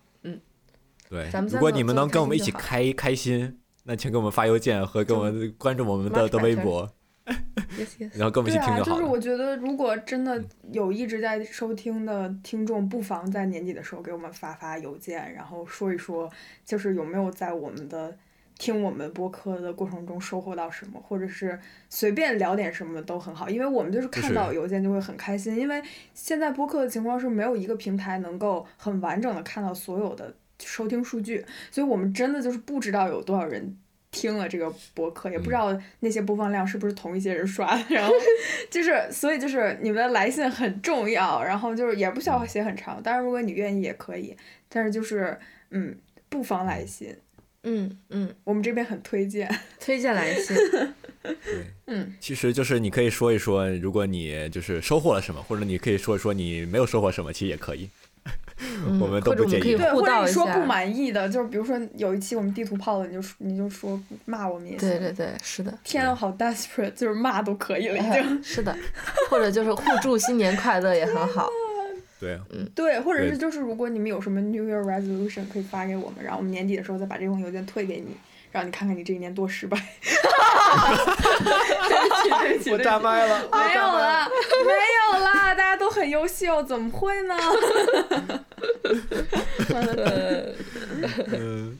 Speaker 1: 对
Speaker 2: 咱们，
Speaker 1: 如
Speaker 2: 三
Speaker 1: 果
Speaker 2: 个
Speaker 1: 你们
Speaker 2: 做
Speaker 1: 能
Speaker 2: 得
Speaker 1: 跟我们一起
Speaker 2: 开心就好
Speaker 1: 开开心，那请给我们发邮件和给我们关注我们的
Speaker 2: 马
Speaker 1: 的
Speaker 2: 上
Speaker 1: 微博，
Speaker 2: Yes yes，
Speaker 1: 然后跟我们
Speaker 3: 对
Speaker 1: 一起听
Speaker 3: 啊，就
Speaker 1: 好
Speaker 3: 是
Speaker 1: 了。
Speaker 3: 我觉得，如果真的有一直在收听的听众，不妨在年底的时候给我们发发邮件，然后说一说，就是有没有在我们的听我们播客的过程中收获到什么，或者是随便聊点什么都很好，因为我们就是看
Speaker 1: 是
Speaker 3: 到邮件就会很开心，因为现在播客的情况是没有一个平台能够很完整的看到所有的收听数据，所以我们真的就是不知道有多少人听了这个播客，也不知道那些播放量是不是同一些人刷的。 然后就是，所以就是你们的来信很重要，然后就是也不需要写很长，当然如果你愿意也可以，但是就是嗯，不妨来信，
Speaker 2: 嗯嗯，
Speaker 3: 我们这边很推荐。
Speaker 2: 推荐来信。
Speaker 1: 对，
Speaker 3: 嗯，
Speaker 1: 其实就是你可以说一说，如果你就是收获了什么，或者你可以说一说你没有收获什么，其实也可以。
Speaker 2: 嗯
Speaker 1: 我们都
Speaker 2: 或
Speaker 1: 不
Speaker 2: 者我们
Speaker 1: 介
Speaker 2: 可
Speaker 1: 意
Speaker 2: 以
Speaker 3: 对，
Speaker 2: 互
Speaker 3: 或者
Speaker 2: 道
Speaker 3: 你
Speaker 2: 一
Speaker 3: 说
Speaker 2: 下
Speaker 3: 不满意的，就是比如说有一期我们地图炮了，你就你就说骂我们也行。
Speaker 2: 对对对，是的，
Speaker 3: 天啊，好 desperate，就是骂都可以 了，已经。
Speaker 2: 是的，或者就是互助新年快乐也很好。
Speaker 1: 对，啊
Speaker 3: 对，或者
Speaker 1: 对
Speaker 3: 是就是如果你们有什么 New Year Resolution 可以发给我们，然后我们年底的时候再把这封邮件退给你，让你看看你这一年多失 败。对不起，对不起，对不起
Speaker 1: 麦了。
Speaker 3: 没有了，没有啦，大家都很优秀，怎么会呢？
Speaker 1: 嗯，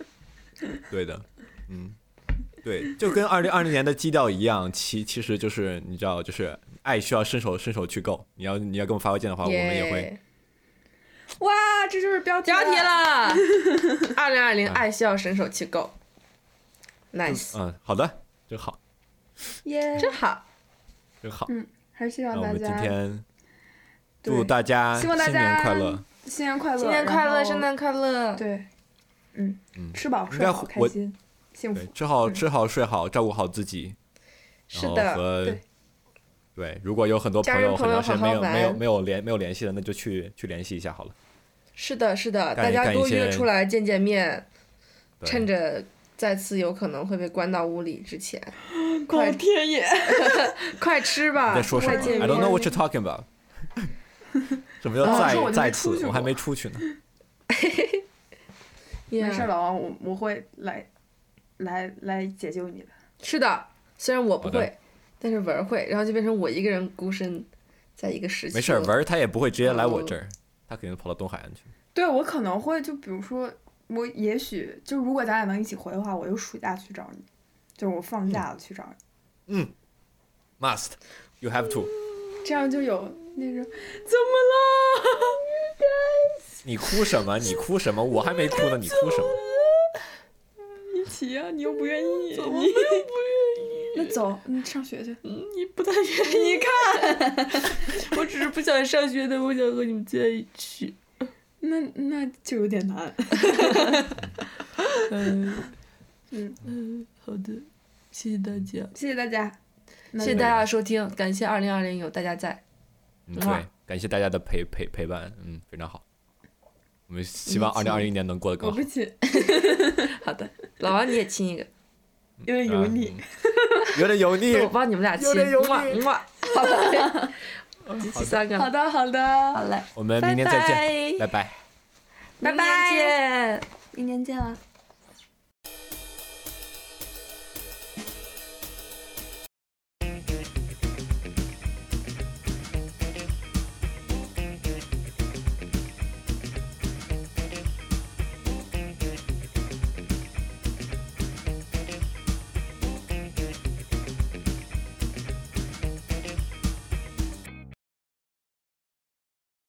Speaker 1: 对的，嗯，对，就跟二零二零年的基调一样，其其实就是你知道，就是爱需要伸手伸手去够。你要你要给我们发邮件的话，我们也会。
Speaker 2: 耶
Speaker 3: 哇，这就是标题
Speaker 2: 标题
Speaker 3: 了。
Speaker 2: 了，二零二零爱需要伸手去够，nice，
Speaker 1: 啊嗯，好的，真好，
Speaker 3: 耶嗯
Speaker 2: 真好，
Speaker 1: 真好。
Speaker 2: 嗯
Speaker 3: 还是希
Speaker 1: 那
Speaker 3: 望
Speaker 1: 我
Speaker 3: 大
Speaker 1: 们今
Speaker 3: 家
Speaker 1: 天
Speaker 3: 对
Speaker 1: 祝大家
Speaker 3: 希
Speaker 1: 新
Speaker 3: 望大
Speaker 1: 年
Speaker 3: 家
Speaker 1: 快乐。
Speaker 3: 新年快乐，
Speaker 2: 新年快
Speaker 3: 然
Speaker 2: 乐，
Speaker 3: 后
Speaker 2: 圣诞快乐，
Speaker 3: 对，嗯
Speaker 1: 嗯
Speaker 3: 吃饱
Speaker 1: 应
Speaker 3: 睡
Speaker 1: 该
Speaker 3: 好，
Speaker 1: 我
Speaker 3: 开心，幸
Speaker 1: 对
Speaker 3: 福，。
Speaker 1: 吃好吃好睡好，照顾好自己。
Speaker 2: 嗯是
Speaker 1: 然后
Speaker 2: 的，
Speaker 1: 和
Speaker 3: 对
Speaker 1: 对，如果有很多
Speaker 2: 家
Speaker 1: 朋
Speaker 2: 人
Speaker 1: 友很
Speaker 2: 朋友
Speaker 1: 长时间
Speaker 2: 好
Speaker 1: 没
Speaker 2: 好
Speaker 1: 有没有没有
Speaker 2: 玩
Speaker 1: 联没有联系的，那就去去联系一下好了。
Speaker 2: 是的，是的，
Speaker 1: 干
Speaker 2: 大家
Speaker 1: 干一
Speaker 2: 多约
Speaker 1: 些
Speaker 2: 出来见见面，
Speaker 1: 对
Speaker 2: 趁着再次有可能会被关到屋里之前，
Speaker 3: 老
Speaker 2: 快
Speaker 3: 天爷，
Speaker 2: 快吃
Speaker 1: 你
Speaker 2: 吧，
Speaker 1: 在说什么
Speaker 2: 快啊见
Speaker 1: ？I don't
Speaker 2: 面
Speaker 1: know。what you're talking about 。什么叫
Speaker 2: 啊
Speaker 1: 再
Speaker 3: 哦是我就没
Speaker 1: 再
Speaker 3: 出去
Speaker 1: 次？我还
Speaker 3: 过
Speaker 1: 没 出去呢。
Speaker 3: 没事，
Speaker 2: Yeah
Speaker 3: 啊老王，我我会来来来解救你的。
Speaker 2: 是的，虽然我不
Speaker 1: 好的
Speaker 2: 会，但是文儿会，然后就变成我一个人孤身在一个时期。
Speaker 1: 没事儿，文儿他也不会直接来
Speaker 3: 哦
Speaker 1: 我这儿，他肯定跑到东海岸去。
Speaker 3: 对我可能会就比如说，我也许就如果咱俩能一起回的话，我就暑假去找你，就是我放假了去找你，
Speaker 1: 嗯 Must, you have to。
Speaker 3: 这样就有那种怎么了？
Speaker 1: 你哭什么？你哭什么？我还没哭呢，你哭什么？
Speaker 3: 一起
Speaker 2: 啊
Speaker 3: 呀、你又不愿意，你那走， 你上学去。
Speaker 2: 你不太愿意看， 我只是不想上学，但我想和你们在一起。
Speaker 3: 那那就有点难。
Speaker 2: 嗯
Speaker 3: 嗯
Speaker 2: 嗯，好的，谢谢大家，
Speaker 3: 谢谢大家，那
Speaker 2: 谢谢大家的收听，感谢二零二零有大家在，
Speaker 1: 嗯，对，感谢大家的陪陪陪伴，嗯，非常好。我们希望二零二零年能过得更
Speaker 3: 我
Speaker 1: 好
Speaker 3: 不。亲，
Speaker 2: 好的，老王你也亲一 个，
Speaker 3: 因为有你。
Speaker 1: 嗯，有点油 腻。
Speaker 2: 我帮你们俩亲，
Speaker 1: 有点油腻
Speaker 2: 哇哇， 好了，集齐三个
Speaker 3: 好
Speaker 2: 了，
Speaker 3: 的，好的，
Speaker 2: 好嘞，
Speaker 1: 我们明年再见，拜拜。
Speaker 2: 拜拜，明年见。
Speaker 3: 明年见了，啊